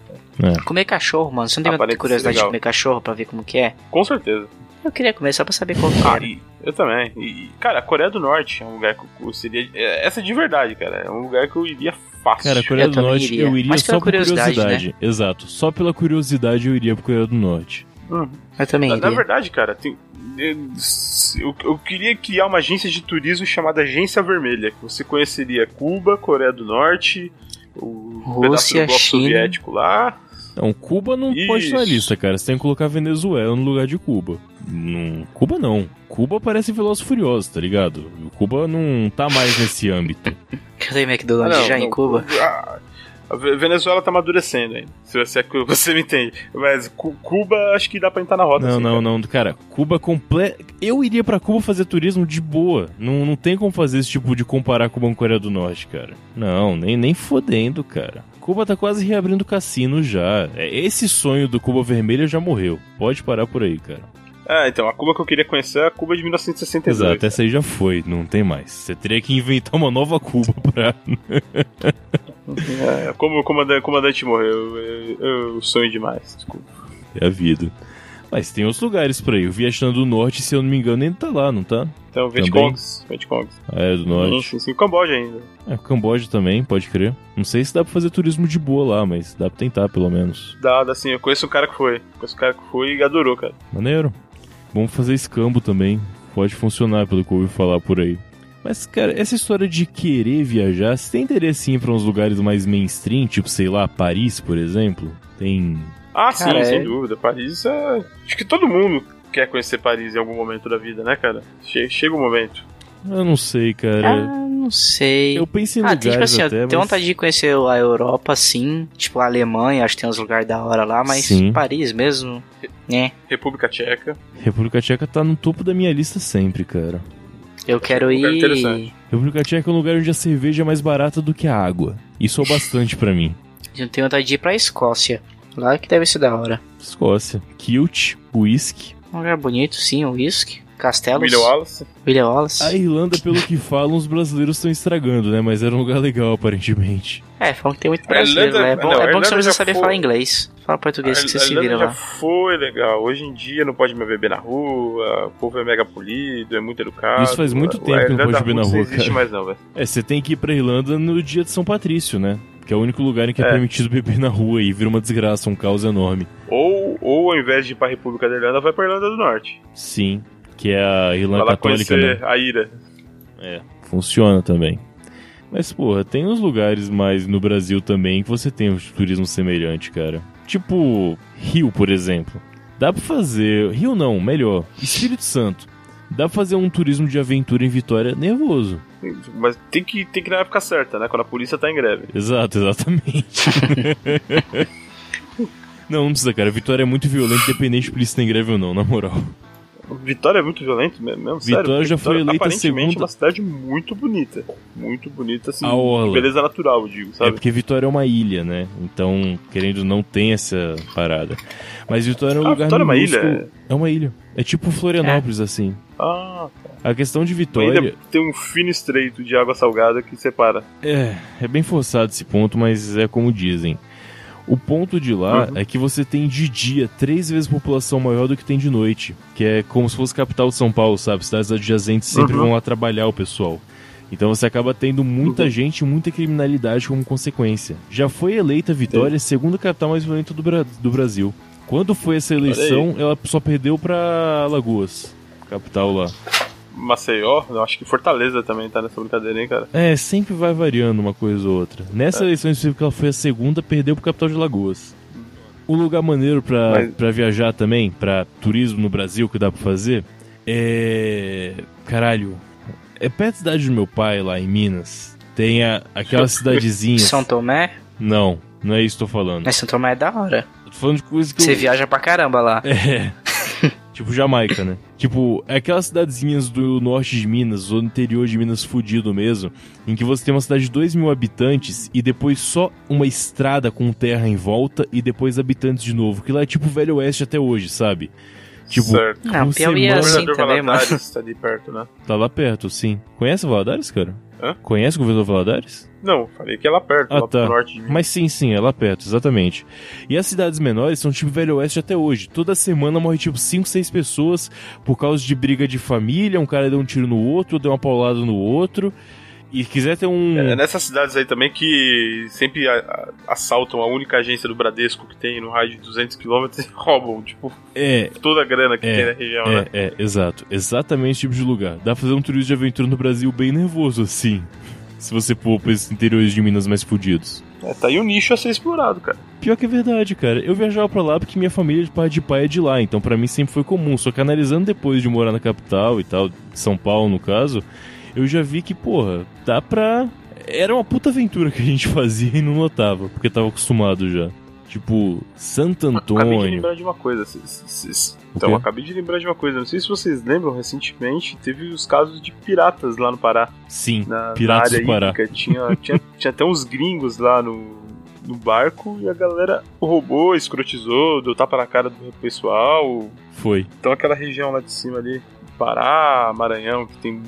Comer cachorro, mano. Você não tem Ah, parece muita curiosidade de legal. comer cachorro pra ver como que é? Com certeza. Eu queria comer só pra saber qual que Ah, era. e eu também. E, e, cara, a Coreia do Norte é um lugar que eu- eu seria. é- Essa de verdade, cara. É um lugar que eu iria fácil. Cara, a Coreia Eu do também Norte iria. eu iria Mas só pela por curiosidade. curiosidade, né? Exato. Só pela curiosidade eu iria pra Coreia do Norte. Uhum. Eu também Na, na iria. verdade, cara, tem- eu, eu- eu queria criar uma agência de turismo chamada Agência Vermelha, que você conheceria Cuba, Coreia do Norte, o pedaço do Rússia, Bloco China. Soviético lá. Não, Cuba não Isso. pode estar na lista, cara. Você tem que colocar Venezuela no lugar de Cuba. Não, Cuba não. Cuba parece Veloz e Furioso, tá ligado? Cuba não tá mais nesse âmbito. Cadê McDonald's Ah, Não, já em não, Cuba? A, a Ve- Venezuela tá amadurecendo ainda, se você, é que você me entende. Mas Cu- Cuba, acho que dá pra entrar na rota. Não, assim, não, cara. não, cara. Cuba completo. Eu iria pra Cuba fazer turismo de boa. Não, não tem como fazer esse tipo de comparar Cuba com Coreia do Norte, cara. Não, nem, nem fodendo, cara. Cuba tá quase reabrindo cassino já. É, Esse sonho do Cuba Vermelha já morreu. Pode parar por aí, cara. Ah, então, a Cuba que eu queria conhecer é a Cuba de 1962. Exato, essa aí já foi, não tem mais. Você teria que inventar uma nova Cuba pra. É, como o comandante, comandante morreu, eu, eu- eu sonho demais, desculpa. É a vida. Mas tem outros lugares por aí. O Vietnã do Norte, se eu não me engano, ainda tá lá, não tá? Então, Também. Vietcongs, Vietcongs. A área do Norte. Sim, sim, Camboja ainda. É, Camboja também, pode crer. Não sei se dá pra fazer turismo de boa lá, mas dá pra tentar, pelo menos. Dá, dá sim. Eu conheço um cara que foi. Conheço um cara que foi e adorou, cara. Maneiro. Vamos fazer escambo também. Pode funcionar, pelo que eu ouvi falar por aí. Mas, cara, essa história de querer viajar, você tem interesse em ir pra uns lugares mais mainstream, tipo, sei lá, Paris, por exemplo? Tem. Ah, Cara, sim, sem é- dúvida. Paris é. Acho que todo mundo quer conhecer Paris em algum momento da vida, né, cara? Che- Chega o momento. Eu não sei, cara. Ah, não sei. eu pensei em Ah, lugares tem tipo assim, até, eu mas... tenho vontade de conhecer a Europa, sim. Tipo, a Alemanha, acho que tem uns lugares da hora lá, mas Sim. Paris mesmo, né? República Tcheca. República Tcheca tá no topo da minha lista sempre, cara. Eu quero um lugar ir. interessante. República Tcheca é um lugar onde a cerveja é mais barata do que a água. Isso é o bastante pra mim. Eu tenho vontade de ir pra Escócia. Lá que deve ser da hora. Escócia. Kilt, whisky. Um lugar bonito, sim, o whisky. Castelos. William Wallace. William Wallace. A Irlanda, pelo que falam, os brasileiros estão estragando, né? Mas era um lugar legal, aparentemente. É, falam que tem muito A brasileiro lá. É Irlanda- bom, não, é a bom que Irlanda você precisa já saber foi- falar inglês. Fala português que você A- a se vira Irlanda lá. já foi legal. Hoje em dia não pode mais beber na rua, o povo é mega polido, é muito educado. Isso faz muito A- tempo a que não Irlanda pode beber na russa rua, Não existe cara. mais, não, velho. É, você tem que ir pra Irlanda no dia de São Patrício, né? Que é o único lugar em que é, É. permitido beber na rua e vira uma desgraça, um caos enorme. Ou, ou ao invés de ir pra República da Irlanda, vai pra Irlanda do Norte. Sim, que é a Vai Irlanda lá Católica, né? conhecer a ira. É, funciona também. Mas, porra, tem uns lugares mais no Brasil também que você tem um turismo semelhante, cara. Tipo, Rio, por exemplo. Dá pra fazer. Rio não, melhor. Espírito Santo. Dá pra fazer um turismo de aventura em Vitória nervoso. Mas tem que, tem que ir na época certa, né? Quando a polícia tá em greve. Exato, exatamente. não, não precisa, cara. Vitória é muito violenta, independente por isso tem greve ou não, na moral. Vitória é muito violento mesmo, mesmo Vitória sério. já foi eleita aparentemente, segunda- é uma cidade muito bonita. Muito bonita, assim. A orla. de Beleza natural, eu digo, É sabe? porque Vitória é uma ilha, né? Então, querendo ou não, tem essa parada. Mas Vitória é um Ah, lugar Vitória é uma minúsculo. ilha? É uma ilha. É tipo Florianópolis, assim. Ah, A questão de ainda Vitória tem um fino estreito de água salgada que separa. é, é bem forçado esse ponto, mas é como dizem. O ponto de lá Uhum. é que você tem de dia três vezes população maior do que tem de noite, que é como se fosse capital de São Paulo, sabe? Cidades adjacentes sempre Uhum. vão lá trabalhar o pessoal. Então você acaba tendo muita Uhum. gente, muita criminalidade como consequência. Já foi eleita Vitória a segunda capital mais violenta do, Bra- do Brasil. Quando foi essa eleição, ela só perdeu pra Lagoas, capital lá. Maceió, eu acho que Fortaleza também tá nessa brincadeira, hein, cara? É, sempre vai variando uma coisa ou outra. Nessa eleição específica, ela foi a segunda, perdeu pro capital de Lagoas. Um lugar maneiro pra, Mas- pra viajar também, pra turismo no Brasil, que dá pra fazer, é... Caralho, é perto da cidade do meu pai, lá em Minas. Tem a, aquela cidadezinha... São Tomé? Não, não é isso que eu tô falando. Mas São Tomé é da hora. Eu Tô falando de coisa que eu- Você viaja pra caramba lá. é. tipo Jamaica, né? Tipo, é aquelas cidadezinhas do norte de Minas, ou do interior de Minas fudido mesmo, em que você tem uma cidade de 2 mil habitantes e depois só uma estrada com terra em volta e depois habitantes de novo. Que lá é tipo Velho Oeste até hoje, sabe? Tipo, certo. Não, você Piauí é mora- assim Governador também, mano. Valadares tá ali perto, né? tá lá perto, sim. Conhece o Valadares, cara? Hã? Conhece o governador Valadares? Não, falei que é lá perto, Ah, lá tá. pro norte de Minas. Mas sim, sim, é lá perto, exatamente. E as cidades menores são tipo Velho Oeste até hoje. Toda semana morre tipo 5, 6 pessoas por causa de briga de família. Um cara deu um tiro no outro, deu uma paulada no outro. E quiser ter um. É nessas cidades aí também que sempre a- a- assaltam a única agência do Bradesco que tem no raio de 200 km e roubam, tipo, É, toda a grana que É, tem na região, né? é, é, exato. Exatamente esse tipo de lugar. Dá pra fazer um turismo de aventura no Brasil bem nervoso assim. Se você pôr pra esses interiores de Minas mais fudidos. É, tá aí um nicho a ser explorado, cara. Pior que é verdade, cara. Eu viajava pra lá porque minha família de pai de pai é de lá, então pra mim sempre foi comum. Só que analisando depois de morar na capital e tal, São Paulo no caso, eu já vi que, porra, dá pra. Era uma puta aventura que a gente fazia e não notava, porque tava acostumado já. Tipo, Santo Acabei de Antônio. lembrar de uma coisa. se- se- se- se- O Então, quê? acabei de lembrar de uma coisa. Não sei se vocês lembram, recentemente teve os casos de piratas lá no Pará. Sim. Na, na Piratas área do Pará. hídrica. Tinha, tinha, tinha até uns gringos lá no, no barco e a galera roubou, escrotizou, deu tapa na cara do pessoal. Foi. Então aquela região lá de cima ali, Pará, Maranhão, que tem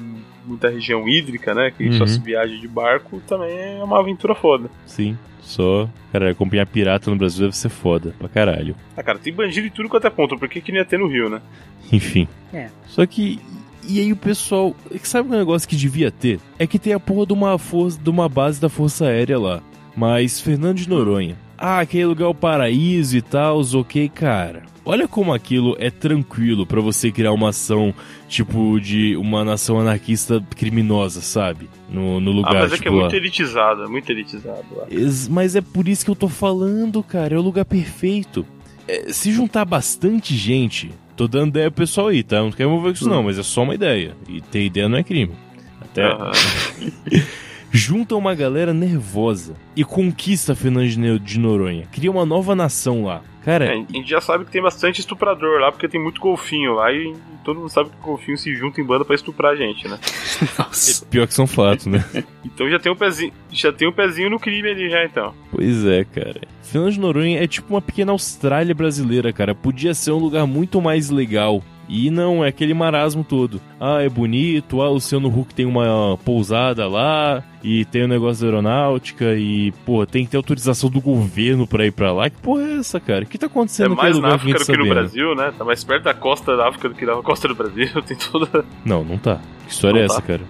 muita região hídrica, né? Que só Uhum. se viaja de barco, também é uma aventura foda. Sim. Só. Caralho, acompanhar pirata no Brasil deve ser foda. Pra caralho. Ah, cara, tem bandido e tudo quanto é ponto. Por que, que não ia ter no Rio, né? Enfim. É. Só que. E aí o pessoal. é que Sabe um negócio que devia ter? É que tem a porra de uma, força, de uma base da Força Aérea lá. Mas Fernando de Noronha. Ah, aquele lugar é o paraíso e tal, ok, cara. Olha como aquilo é tranquilo pra você criar uma ação, tipo, de uma nação anarquista criminosa, sabe? No, no lugar, ah, mas é tipo, que é lá. muito elitizado, é muito elitizado lá. Ex- Mas é por isso que eu tô falando, cara. É o lugar perfeito. É, se juntar bastante gente, tô dando ideia pro pessoal aí, tá? Não quero mover com isso, não, mas é só uma ideia. E ter ideia não é crime. Até. Aham. Junta uma galera nervosa e conquista Fernando de Ne- de Noronha. Cria uma nova nação lá. É, Cara, a gente já sabe que tem bastante estuprador lá, porque tem muito golfinho lá e todo mundo sabe que golfinho se junta em banda pra estuprar a gente, né? Nossa. pior que são fatos, né? Então já tem um pezinho, já tem um pezinho no crime ali já então. Pois é, cara. Fernando de Noronha é tipo uma pequena Austrália brasileira, cara. Podia ser um lugar muito mais legal. E não, é aquele marasmo todo. Ah, é bonito, ah, o Luciano Huck tem uma pousada lá, e tem o negócio da aeronáutica, e, pô, tem que ter autorização do governo pra ir pra lá. Que porra é essa, cara? O que tá acontecendo é mais naquele na lugar que a África gente do que no sabendo? Brasil, né? Tá mais perto da costa da África do que da costa do Brasil. Tem toda. Não, não tá. Que história Não é tá. essa, cara?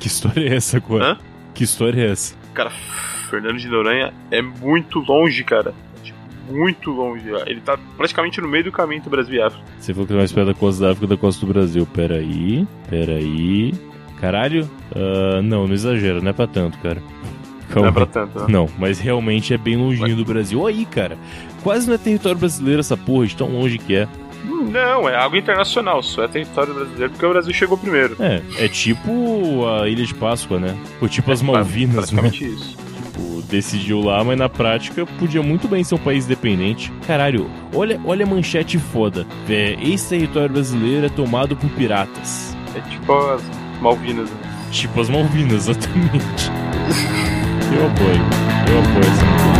que história é essa agora? Hã? Que história é essa? Cara, Fernando de Noronha é muito longe, cara. Tipo, Muito longe. Ele tá praticamente no meio do caminho entre o Brasil e a África. Você falou que tá mais perto da costa da África da costa do Brasil. Peraí, peraí. Caralho? Ah, não, não exagera, não é pra tanto, cara. Não Calma. é pra tanto, né? Não, mas realmente é bem longinho do Brasil. Olha aí, cara. Quase não é território brasileiro essa porra, de tão longe que é. Não, é água internacional, só é território brasileiro porque o Brasil chegou primeiro. É, é tipo a Ilha de Páscoa, né? Ou tipo as Malvinas, né? É, Praticamente isso. Tipo, decidiu lá, mas na prática podia muito bem ser um país dependente. Caralho, olha, olha a manchete foda. É, esse território brasileiro é tomado por piratas. É tipo as Malvinas, né? Tipo as Malvinas, exatamente. Eu apoio. Eu apoio essa mudança.